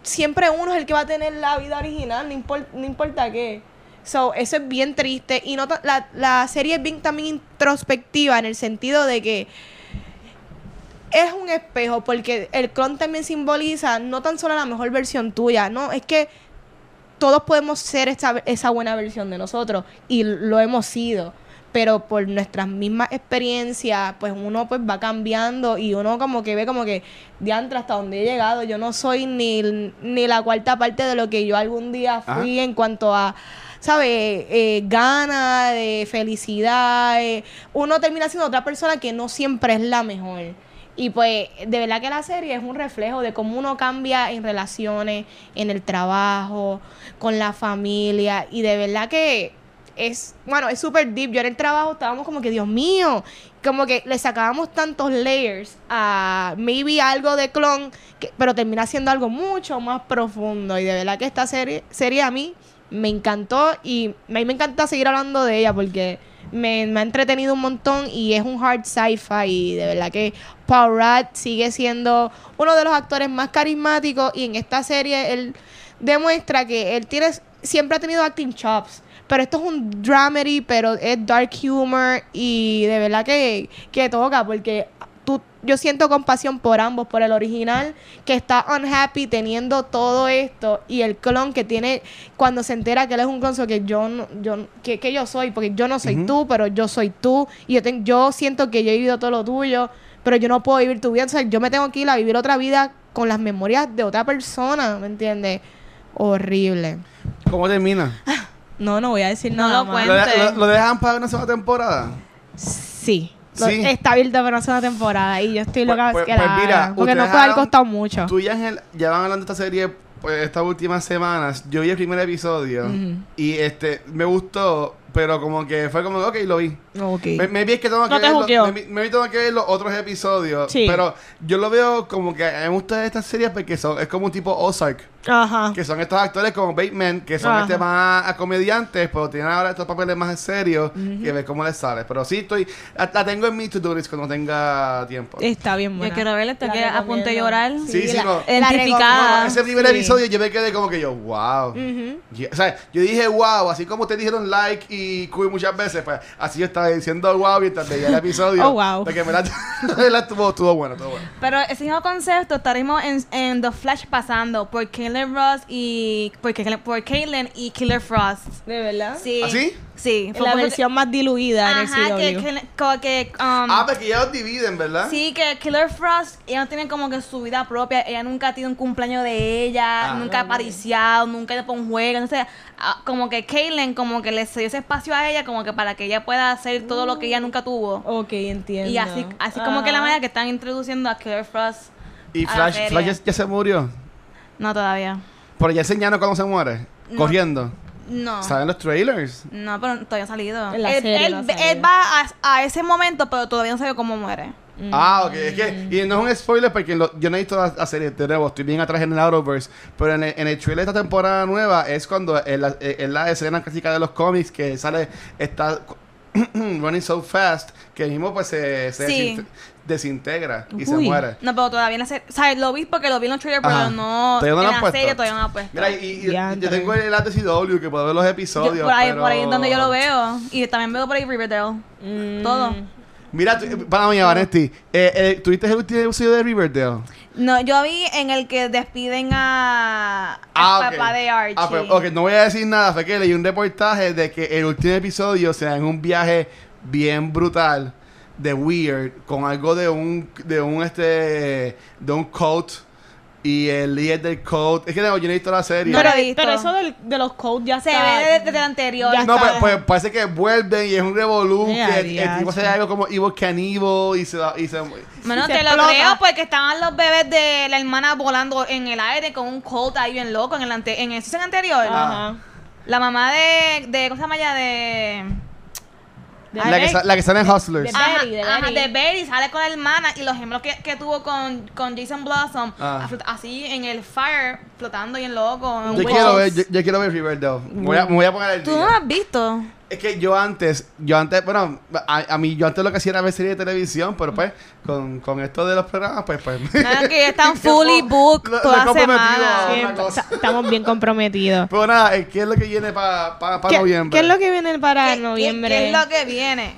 A: siempre uno es el que va a tener la vida original, no importa, no importa qué. So, eso es bien triste. Y no ta- la, la serie es bien también introspectiva en el sentido de que es un espejo, porque el clon también simboliza no tan solo la mejor versión tuya, no, es que todos podemos ser esa, esa buena versión de nosotros y lo hemos sido. Pero por nuestras mismas experiencias, pues uno pues va cambiando y uno como que ve como que, diantre, hasta donde he llegado, yo no soy ni, ni la cuarta parte de lo que yo algún día fui en cuanto a ¿sabes? Eh, gana, de felicidad. eh, Uno termina siendo otra persona que no siempre es la mejor. Y pues, de verdad que la serie es un reflejo de cómo uno cambia en relaciones, en el trabajo, con la familia. Y de verdad que es, bueno, es súper deep. Yo en el trabajo estábamos como que, Dios mío, como que le sacábamos tantos layers a maybe algo de clon, que- pero termina siendo algo mucho más profundo. Y de verdad que esta serie, serie a mí me encantó y a mí me encanta seguir hablando de ella porque me, me ha entretenido un montón y es un hard sci-fi y de verdad que Paul Rudd sigue siendo uno de los actores más carismáticos y en esta serie él demuestra que él tiene siempre ha tenido acting chops pero esto es un dramedy pero es dark humor y de verdad que, que toca porque tú, yo siento compasión por ambos por el original que está unhappy teniendo todo esto y el clon que tiene cuando se entera que él es un clon so que yo no- yo no- que, que yo soy porque yo no soy tú pero yo soy tú y yo ten- yo siento que yo he vivido todo lo tuyo pero yo no puedo vivir tu vida o sea yo me tengo que ir a vivir otra vida con las memorias de otra persona ¿me entiendes? horrible
C: ¿Cómo termina?
A: no, no voy a decir
B: No pues.
A: nada
B: lo
A: más.
B: cuento.
C: ¿Lo, de- lo- lo dejan para una segunda temporada?
A: Sí. Lo-
C: Sí.
A: Está abierta para una segunda temporada y yo estoy
C: Pues-
A: loca
C: pues-
A: que
C: pues
A: la
C: mira,
A: hagan, porque no
C: ustedes
A: puede haber
C: hablan-
A: costado mucho.
C: Tú y Ángel ya van hablando de esta serie pues, estas últimas semanas. Yo vi el primer episodio
A: Ujú.
C: y este me gustó, pero como que fue como, ok, lo vi.
A: Ok.
C: Me, me vi es que tengo que
A: No te
C: ver los-
A: juzgueo.
C: me- me vi tengo que ver los otros episodios.
A: Sí.
C: Pero yo lo veo como que a mí me gusta estas series porque son, es como un tipo Ozark.
A: Ajá.
C: Que son estos actores como Bateman, que son
A: Ajá.
C: este más a comediantes, pero tienen ahora estos papeles más serios que ver cómo les sale. Pero sí estoy, la, la tengo en mi to-do list cuando tenga tiempo.
A: Está bien buena.
B: Yo quiero verla, estoy
A: La
B: que a punto de
A: recomiendo.
B: llorar.
C: Sí, sí, no.
B: Identificada.
C: No, ese primer
A: sí.
C: episodio yo me quedé como que yo, wow.
A: Ujú.
C: Yeah, o sea, yo dije wow, así como ustedes dijeron like y cuy muchas veces, pues así yo estaba diciendo wow mientras veía el episodio.
A: Oh, wow.
C: Porque me la, me la estuvo, estuvo bueno, estuvo bueno.
B: Pero ese mismo concepto estaremos en, en The Flash pasando por Caitlyn Ross y. por, Caitlyn- por Caitlyn y Killer Frost.
A: ¿De verdad?
B: Sí.
C: ¿Ah, sí?
B: Sí.
A: La versión más diluida en el
B: Ajá, que,
A: CW.
B: Caitlyn- como que, um,
C: Ah, porque ya los dividen, ¿verdad?
B: Sí, que Killer Frost, ella no tiene como que su vida propia, ella nunca ha tenido un cumpleaños de ella,
C: Ah.
B: nunca ha apariciado, nunca ha ido por un juego, entonces ah, como que Caitlyn como que le cedió ese espacio a ella como que para que ella pueda hacer todo lo que ella nunca tuvo.
A: Ok, entiendo. Ah.
B: Y así, así como que la
A: Ajá.
B: manera que están introduciendo a Killer Frost,
C: Y
B: a la
C: Flash,
B: serie.
C: Flash ya, ya se murió.
B: no todavía.
C: Pero ya enseñaron cuando se muere.
B: No.
C: Corriendo.
B: No.
C: ¿Saben los trailers?
B: No, pero todavía ha salido.
A: En la
B: él,
A: serie
B: él-
A: no ha salido.
B: él va a, a ese momento, pero todavía no sabe cómo muere.
A: Mm.
C: Ah, ok. Es
B: Mm.
C: que, y no es un spoiler porque lo- yo no he visto la, la serie de nuevo. Estoy bien atrás en el Arrowverse. Pero en el, en el trailer de esta temporada nueva es cuando en la, eh, en la escena clásica de los cómics que sale está running so fast que el mismo pues se, se
B: Sí.
C: desinte- desintegra y se
A: Uy.
C: muere.
B: No, pero todavía no sé. O sea, lo vi porque lo vi en los trailers,
C: Ajá.
B: pero no.
C: Todavía no lo
B: en
C: han
B: la
C: puesto.
B: serie todavía no lo han puesto.
C: Mira, y, y- y yo
A: Diantre.
C: tengo el enlace CW que puedo ver los
B: Yo-
C: episodios.
B: por, ahí,
C: pero-
B: por ahí es donde yo lo veo. Y también veo por ahí Riverdale.
A: Mm.
B: Todo.
C: Mira, tú- para mí, Vanetti, eh, eh, ¿tuviste el último episodio de Riverdale?
B: No, yo vi en el que despiden a, al
C: Ah,
B: papá
C: ok.
B: de Archie.
C: Ah, pues, ok, no voy a decir nada. Fue que leí un reportaje de que el último episodio se da en un viaje bien brutal de Weird con algo de un de un este de un coat y el líder del coat. Es que no, yo no he visto la serie.
B: No
A: Pero,
B: lo he visto.
A: pero eso del- de los codes ya
B: Se
A: está-
B: ve desde, desde el anterior.
A: Ya
C: No,
A: está.
C: pues, pues, parece que vuelven y es un revolú
A: Ya,
C: que el- el tipo se
A: diache.
C: algo como Evil Cannibal y se va- y se
B: Bueno,
A: Se
B: te lo
A: explota.
B: creo porque estaban los bebés de la hermana volando en el aire con un colt ahí bien loco en el, ante en el season anterior.
C: Ah,
A: Ajá.
B: La mamá de, de. ¿Cómo se llama ella? De.
A: De
C: la, que
A: Alex-
C: sa- la que sale en Hustlers.
A: de- Betty,
B: ajá, ajá,
A: Betty.
B: de Betty sale con la hermana y los gemelos que, que tuvo con, con Jason Blossom
C: Ah.
B: aflo- así en el fire flotando y en loco en
C: yo
B: un
C: quiero
B: box.
C: ver, yo, yo quiero ver Riverdale. Voy a, me voy a poner el
B: tú
C: día.
B: no lo has visto
C: Es que yo antes, yo antes, bueno, a, a mí yo antes lo que hacía era ver series de televisión, pero pues con, con esto de los programas, pues pues.
B: Nada, que están
C: Yo
B: fully
C: lo-
B: booked
C: lo he
B: toda
C: comprometido
B: semana
C: ahora.
A: Sí,
C: una cosa.
A: esta- estamos bien comprometidos.
C: pero nada, eh, ¿qué es lo que viene para pa, pa
A: ¿Qué,
C: noviembre?
A: qué es lo que viene para
B: ¿Qué-
A: noviembre?
B: qué, qué es lo que viene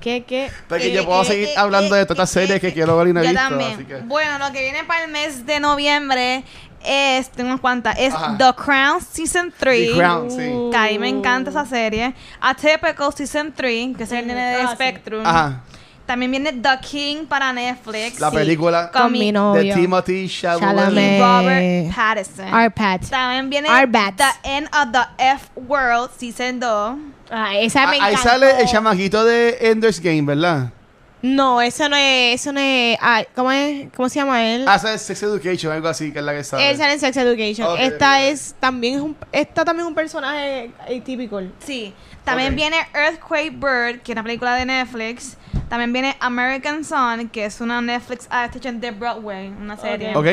A: ¿Qué, qué?
C: Porque
B: Eh,
C: yo puedo
B: eh,
C: seguir
B: eh,
C: hablando
B: eh,
C: de todas estas
B: eh,
C: series
B: eh,
C: que quiero ver y no he
B: yo
C: visto,
B: también.
C: así que.
B: Bueno, lo que viene para el mes de noviembre es, tengo unas cuantas, es
C: Ajá.
B: The Crown Season 3.
C: The Crown, sí.
B: Que a mí me encanta esa serie. Atypical Season 3, que es el nene de
A: Ah, sí.
B: Spectrum.
C: Ajá.
B: También viene The King para Netflix.
C: La película
B: Con mi
C: de Timothy Chalamet.
A: Chalamet.
B: y
A: Eh,
B: Robert Pattinson.
A: Our Ah, Pat.
B: También viene
A: Our Bats.
B: The End of the F World Season 2.
A: Ah, esa me
C: Ah, Ahí
A: encantó.
C: sale el chamaquito de Ender's Game, ¿verdad?
A: No, eso no es, eso no es, ah, ¿cómo es? ¿Cómo se llama él?
C: Hace Ah, Sex Education, algo así, que es la que sale.
A: Él sale en Sex Education.
C: Ok,
A: esta
C: ok, ok.
A: es también es un, esta también es un personaje atípico.
B: Sí. También
C: Ok.
B: viene Earthquake Bird, que es una película de Netflix. También viene American Son, que es una Netflix adaptation de Broadway, una serie.
C: ¿Ok?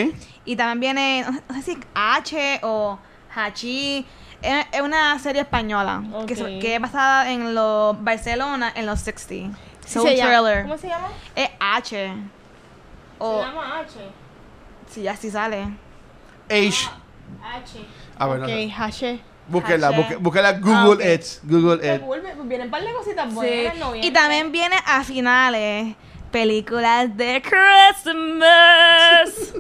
B: Y también viene, no sé si es H o Hachi. Es es una serie española que, es-
A: Ok.
B: que es basada en los Barcelona en los 60.
A: Sí
B: So
A: se llama-
B: thriller.
A: ¿Cómo se llama?
B: Es H. O
A: Se llama H.
B: si así sale.
C: H.
A: H.
C: Ah, bueno.
A: Ok, H.
C: Búsquela,
B: Hache.
C: busque- búsquela
B: Ah, ok.
C: Google Ads. Google Ads.
A: Vienen un par de cositas
B: Y también viene a finales películas de Christmas.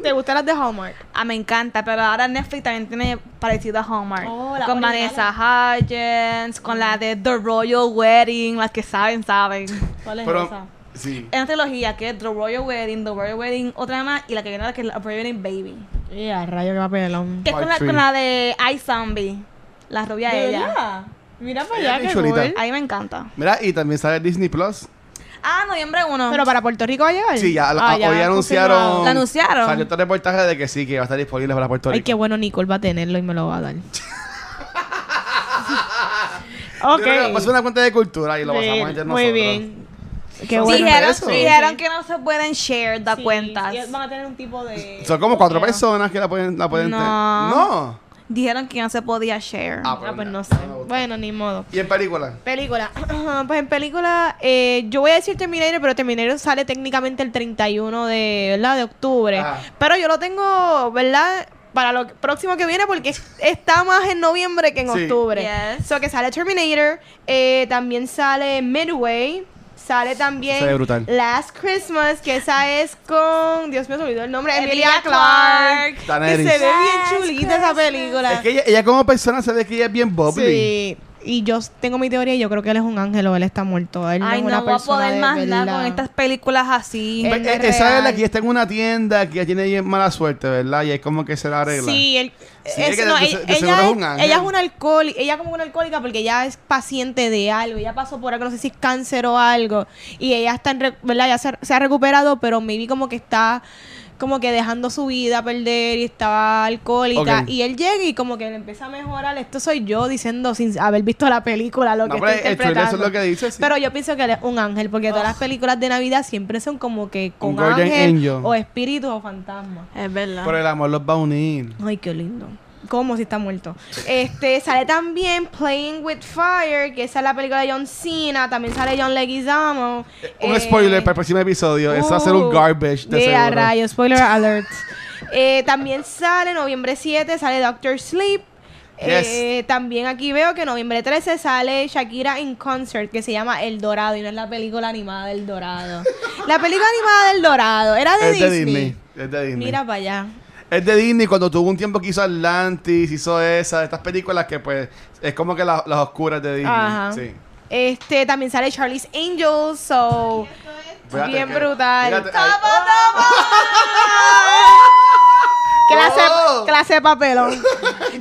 A: ¿Te gustan las de Hallmark?
B: Ah, me encanta, pero ahora Netflix también tiene parecido a Hallmark.
A: Oh, la
B: con
A: original.
B: Vanessa Hudgens, con la de The Royal Wedding, las que saben, saben.
A: ¿Cuál es
C: Pero, sí.
B: Es una trilogía que es The Royal Wedding, The Royal Wedding, otra más, y la que viene ahora que es The Royal Wedding Baby.
A: Ya, rayo que papelón.
B: Que es con la,
C: Part three.
B: con la de iZombie, la rubia de ella.
A: Mira para
C: Ella
A: allá,
C: es
A: qué
C: chulita.
A: cool.
B: A mí me encanta.
C: Mira, y también sale Disney Plus.
B: Ah, noviembre 1.
A: Pero para Puerto Rico va a llegar.
C: Sí, ya,
A: Ah,
C: a- hoy anunciaron.
A: confirmado.
B: ¿La anunciaron?
C: Salió este reportaje de que sí, que va a estar disponible para Puerto Rico.
A: Ay, qué bueno Nicole va a tenerlo y me lo va a dar.
C: Yo creo que vamos a hacer
A: ok.
C: una cuenta de cultura y lo
A: Sí,
C: pasamos entre
A: Muy
C: nosotros.
A: bien. Qué
C: Son
A: bueno.
C: siete
B: dijeron,
C: eso.
B: dijeron que no se pueden share da
A: Sí,
B: cuentas.
A: sí, Van a tener un tipo de.
C: Son como cuatro
A: Pero-
C: personas que la pueden, la pueden
B: No.
C: tener. No.
B: Dijeron que no se podía share.
C: Ah,
A: Ah, pues
C: mira,
A: no sé.
C: me gusta.
A: Bueno, ni modo.
C: ¿Y en película?
A: Película. Pues en película, eh, yo voy a decir Terminator, pero Terminator sale técnicamente el 31 de, ¿verdad? de octubre.
C: Ah.
A: Pero yo lo tengo, ¿verdad? Para lo próximo que viene, porque es- está más en noviembre que en
C: Sí.
A: octubre.
B: Yes.
A: So que sale Terminator, eh, también sale Midway, sale también
C: Se ve brutal.
A: Last Christmas, que esa es con, Dios mío, se me olvidó el nombre, Emilia,
B: Emilia
A: Clark.
B: Clark.
A: Que
C: Daenerys.
A: se ve bien
B: Last
A: chulita esa
B: Christmas.
A: película.
C: Es que ella, ella como persona se ve que ella es bien bubbly.
A: Sí. Y yo tengo mi teoría, yo creo que él es un ángel o él está muerto. Él no,
B: Ay,
A: es
B: no
A: una
B: voy a
A: persona
B: poder
A: de
B: más nada
A: verdad.
B: con estas películas así.
A: Eh,
C: Ve-
A: Él
C: e-
A: es
C: Esa es la
A: real.
C: que ella está en una tienda que ella tiene bien mala suerte, ¿verdad? Y es como que se la arregla.
A: Sí, él,
C: Sí,
A: es-
C: es que
A: no,
C: de-
A: ella,
C: de seguro
A: ella
C: es
A: es
C: un ángel.
A: ella es una alcohólica, ella como una alcohólica porque ella es paciente de algo, ella pasó por algo, no sé si es cáncer o algo, y ella está en, re- ¿verdad? Ya se, se ha recuperado, pero maybe como que está como que dejando su vida perder y estaba alcohólica
C: Ok.
A: y él llega y como que le empieza a mejorar, esto soy yo diciendo sin haber visto la película lo
C: No,
A: que
C: pero
A: estoy
C: el trailer
A: interpretando.
C: eso es lo que dice. sí. Ah.
A: Pero yo pienso que él es un ángel, porque todas las películas de Navidad siempre son como que con
C: Un guardian
A: ángel
C: angel.
A: o espíritus o fantasmas.
B: Es verdad.
C: Pero el amor los va a unir.
A: Ay, qué lindo. Como si está muerto. Este, sale también Playing with Fire, que esa es la película de John Cena, también sale John Leguizamo.
C: Un
A: Eh,
C: spoiler para el próximo episodio. eso va a ser
A: uh,
C: un garbage de
A: yeah,
C: seguro.
A: rayo, spoiler alert. Eh, también sale noviembre 7, sale Doctor Sleep. Eh, también aquí veo que noviembre 13 sale Shakira en concert que se llama El Dorado y no es la película animada del Dorado. la película animada del Dorado era de,
C: Es de
A: Disney.
C: Disney. Es de Disney.
A: Mira para allá.
C: Es de Disney cuando tuvo un tiempo que hizo Atlantis, hizo esa, estas películas que pues es como que la- las oscuras de Disney.
A: Ajá.
C: Sí.
A: Este también sale Charlie's Angels, so
C: Espérate,
A: bien
C: que-
A: brutal.
C: fíjate, ahí-
A: Clase,
C: ¡Oh!
A: clase de papelón.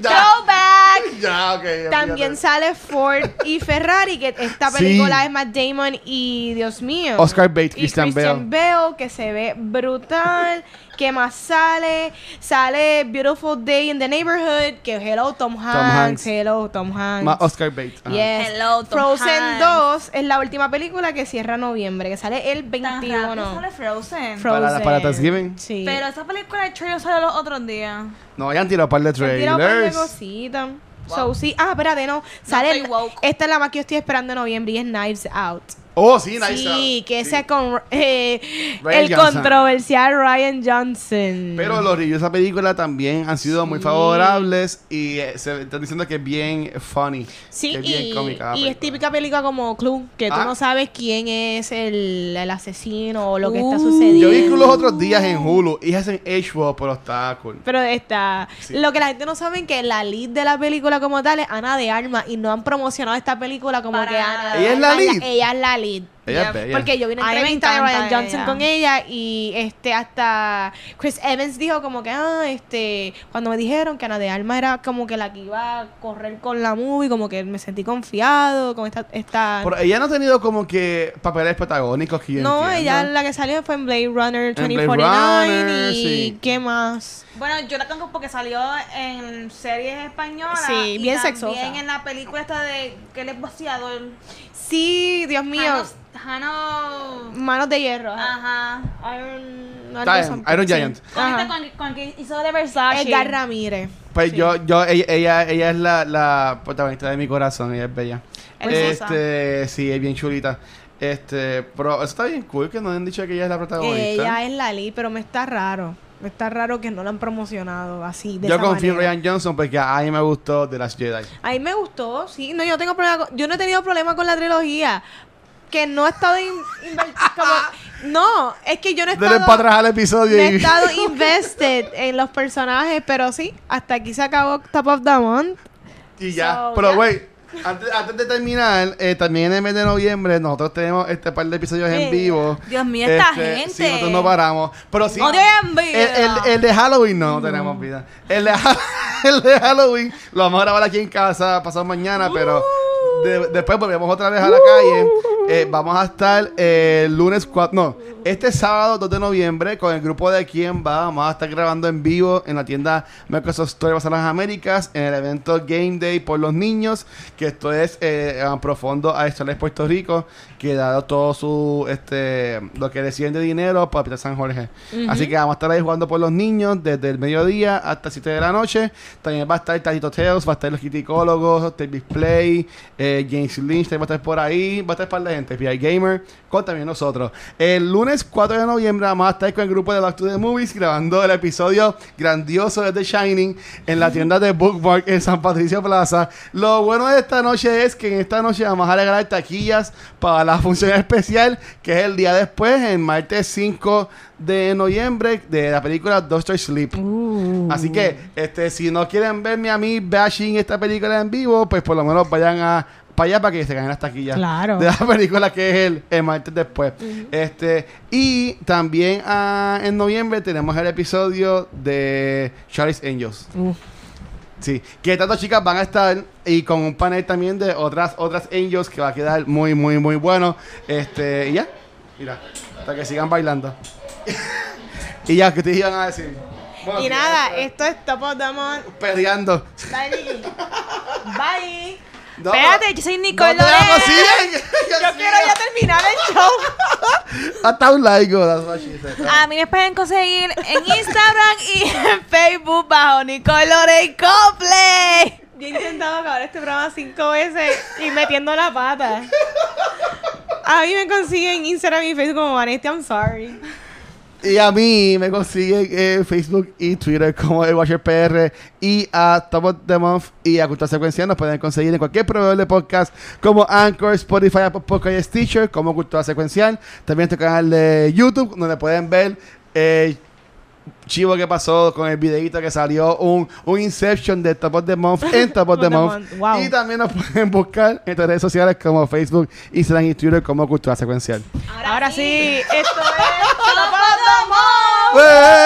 C: ya,
A: Throwback.
C: ya, ok.
A: También
C: fíjate.
A: sale Ford y Ferrari, que esta
C: Sí.
A: película es Matt Damon y Dios mío.
C: Oscar Bates,
A: y
C: Christian Bale.
A: Bale, que se ve brutal. ¿Qué más sale? Sale Beautiful Day in the Neighborhood, que hello Tom Hanks,
C: Hanks.
A: hello Tom Hanks.
C: Ma- Ah. Oscar Bates. ajá.
A: Yes.
B: Hello, Tom
A: Frozen 2
B: Hanks.
A: es la última película que cierra noviembre, que sale el
B: Tan
A: 21.
B: rápido sale Frozen.
A: Frozen.
C: Para- para Thanksgiving.
A: Sí.
B: Pero esa película de trailer salió los otros días.
C: No, hayan tirado un par de
A: He tirado un par de
C: trailers.
A: cositas. So, sí. Ah, espérate, no. Sale.
B: estoy woke.
A: esta es la más que yo estoy esperando en noviembre y es Knives Out.
C: Oh, sí, nice.
A: sí,
C: out.
A: que
C: Sí.
A: ese es con eh,
C: Ryan
A: el
C: Johnson.
A: controversial Ryan Johnson.
C: Pero los reviews de esa película también han sido muy
A: Sí.
C: favorables y eh, se están diciendo que es bien funny.
A: Sí,
C: que es bien
A: y,
C: cómica la
A: y es
C: película.
A: típica película como Clue, que tú
C: Ah.
A: no sabes quién es el, el asesino o lo que está
B: Uh.
A: sucediendo.
C: Yo vi que los otros días en Hulu, hijas en HBO, pero está cool.
A: Pero está.
C: Sí.
A: Lo que la gente no sabe es que la lead de la película como tal es Ana de Armas y no han promocionado esta película como
B: Para
A: que Ana. de
C: nada. ¿Ella es la
A: Armas
C: lead?
A: ella es la lead.
C: Ella
B: Ya,
C: es bella.
A: Porque yo vi
B: A
A: una
B: mí me
A: entrevista de
B: encanta
A: Ryan Johnson
B: ella.
A: con ella y este hasta Chris Evans dijo como que ah, este cuando me dijeron que Ana de Alma era como que la que iba a correr con la movie, como que me sentí confiado con esta esta
C: Pero ella no ha tenido como que papeles protagónicos que yo
A: No,
C: entienda.
A: ella la que salió fue en Blade Runner
C: En Blade
A: 2049
C: Runner,
A: y
C: sí.
A: qué más.
B: Bueno, yo la tengo porque salió en series españolas.
A: Sí, bien
B: y
A: sexosa.
B: También en la película esta de que él es boxeador.
A: Sí, Dios mío,
B: Janos- Jano.
A: manos de hierro. ajá.
B: Ajá.
A: Iron,
C: Está bien,
A: something,
C: Iron
A: sí.
C: Giant.
B: Con
A: Ajá.
B: este Ah. con, con que hizo de Versace.
A: Edgar Ramírez.
C: Pues
A: Sí.
C: yo, yo, ella, ella, ella es la, la protagonista de mi corazón, ella es bella.
B: Hermosa.
C: Este, sí, es bien chulita. Este, pero eso está bien cool que nos han dicho que ella es la protagonista.
A: Ella es Lali, pero me está raro. Me está raro que no la han promocionado así. De
C: yo
A: esa
C: confío en
A: manera.
C: Ryan Johnson porque a mí me gustó The Last Jedi.
A: A mí me gustó, sí. No, yo no tengo problema con- yo no he tenido problema con la trilogía. Que no he estado in- inver- como- no, es que yo no he
C: Denle
A: estado,
C: para atrás al episodio
A: no he
C: y-
A: estado invested en los personajes, pero sí, hasta aquí se acabó Top of the Month.
C: Y ya.
A: So,
C: Pero,
A: ya.
C: güey, antes, antes de terminar, eh, también en el mes de noviembre nosotros tenemos este par de episodios en
A: Eh,
C: vivo.
B: Dios mío, esta
C: Este,
B: gente.
C: Sí, nosotros no paramos. Pero sí.
B: No tienen vida.
C: El, el- el de Halloween no, no tenemos vida. El de, Ha- el de Halloween lo vamos a grabar aquí en casa pasado mañana, pero de- después volvemos otra vez a la calle. Eh, vamos a estar eh, el lunes 4, no, este sábado 2 de noviembre con el grupo de Quién Va. Vamos a estar grabando en vivo en la tienda Microsoft Store de las Américas en el evento Game Day por los niños, que esto es eh, a profundo a Estrellas Puerto Rico, que da todo su, este, lo que reciben de dinero para Hospital San Jorge. Así que vamos a estar ahí jugando por los niños desde el mediodía hasta las 7 de la noche. También va a estar Tatito Tales, va a estar los criticólogos, Davis Play, eh, James Lynch, también va a estar por ahí, va a estar par de gente, PI Gamer, con también nosotros. El lunes 4 de noviembre vamos a estar con el grupo de Back to the Movies grabando el episodio grandioso de The Shining en la tienda de Bookmark en San Patricio Plaza. Lo bueno de esta noche es que en esta noche vamos a regalar taquillas para la función especial que es el día después, el martes 5 de noviembre, de la película Doctor Sleep. Así que, este, si no quieren verme a mí bashing esta película en vivo, pues por lo menos vayan a para allá para que se ganen las taquillas
A: Claro.
C: de la película que es el, el martes después. Este, y también ah, en noviembre tenemos el episodio de Charlie's Angels. Sí, que tantas chicas van a estar y con un panel también de otras otras angels que va a quedar muy muy muy bueno. Este, y ya. Mira, hasta que sigan bailando. y ya, ¿qué te iban a decir? Bueno,
A: Y
C: te-
A: nada, esto es Top of the Month.
C: Peleando.
A: Lali. Bye.
C: No,
B: Espérate, yo soy
C: no
B: Nicole
C: te la
B: Lorenz.
C: consiguen.
A: Yo quiero ya terminar el show.
C: Hasta un like, go, that's what she said.
B: A mí me pueden conseguir en Instagram y en Facebook bajo Nicole Lorenz Copley.
A: Yo he intentado acabar este programa cinco veces y metiendo la pata. A mí me consiguen en Instagram y Facebook como Vanesti, I'm sorry.
C: Y a mí me consiguen en Facebook y Twitter como el Watcher PR y a Top of the Month y a Cultura Secuencial nos pueden conseguir en cualquier proveedor de podcast como Anchor, Spotify, Apple Podcast y Stitcher como Cultura Secuencial. También este canal de YouTube donde pueden ver eh, chivo que pasó con el videito que salió un, un Inception de Top of the Month en Top of the Month.
A: Wow.
C: Y también nos pueden buscar en nuestras redes sociales como Facebook, Instagram y Twitter como Cultura Secuencial.
A: Ahora sí, esto es.
B: Top of the Month.
C: ¡Eh!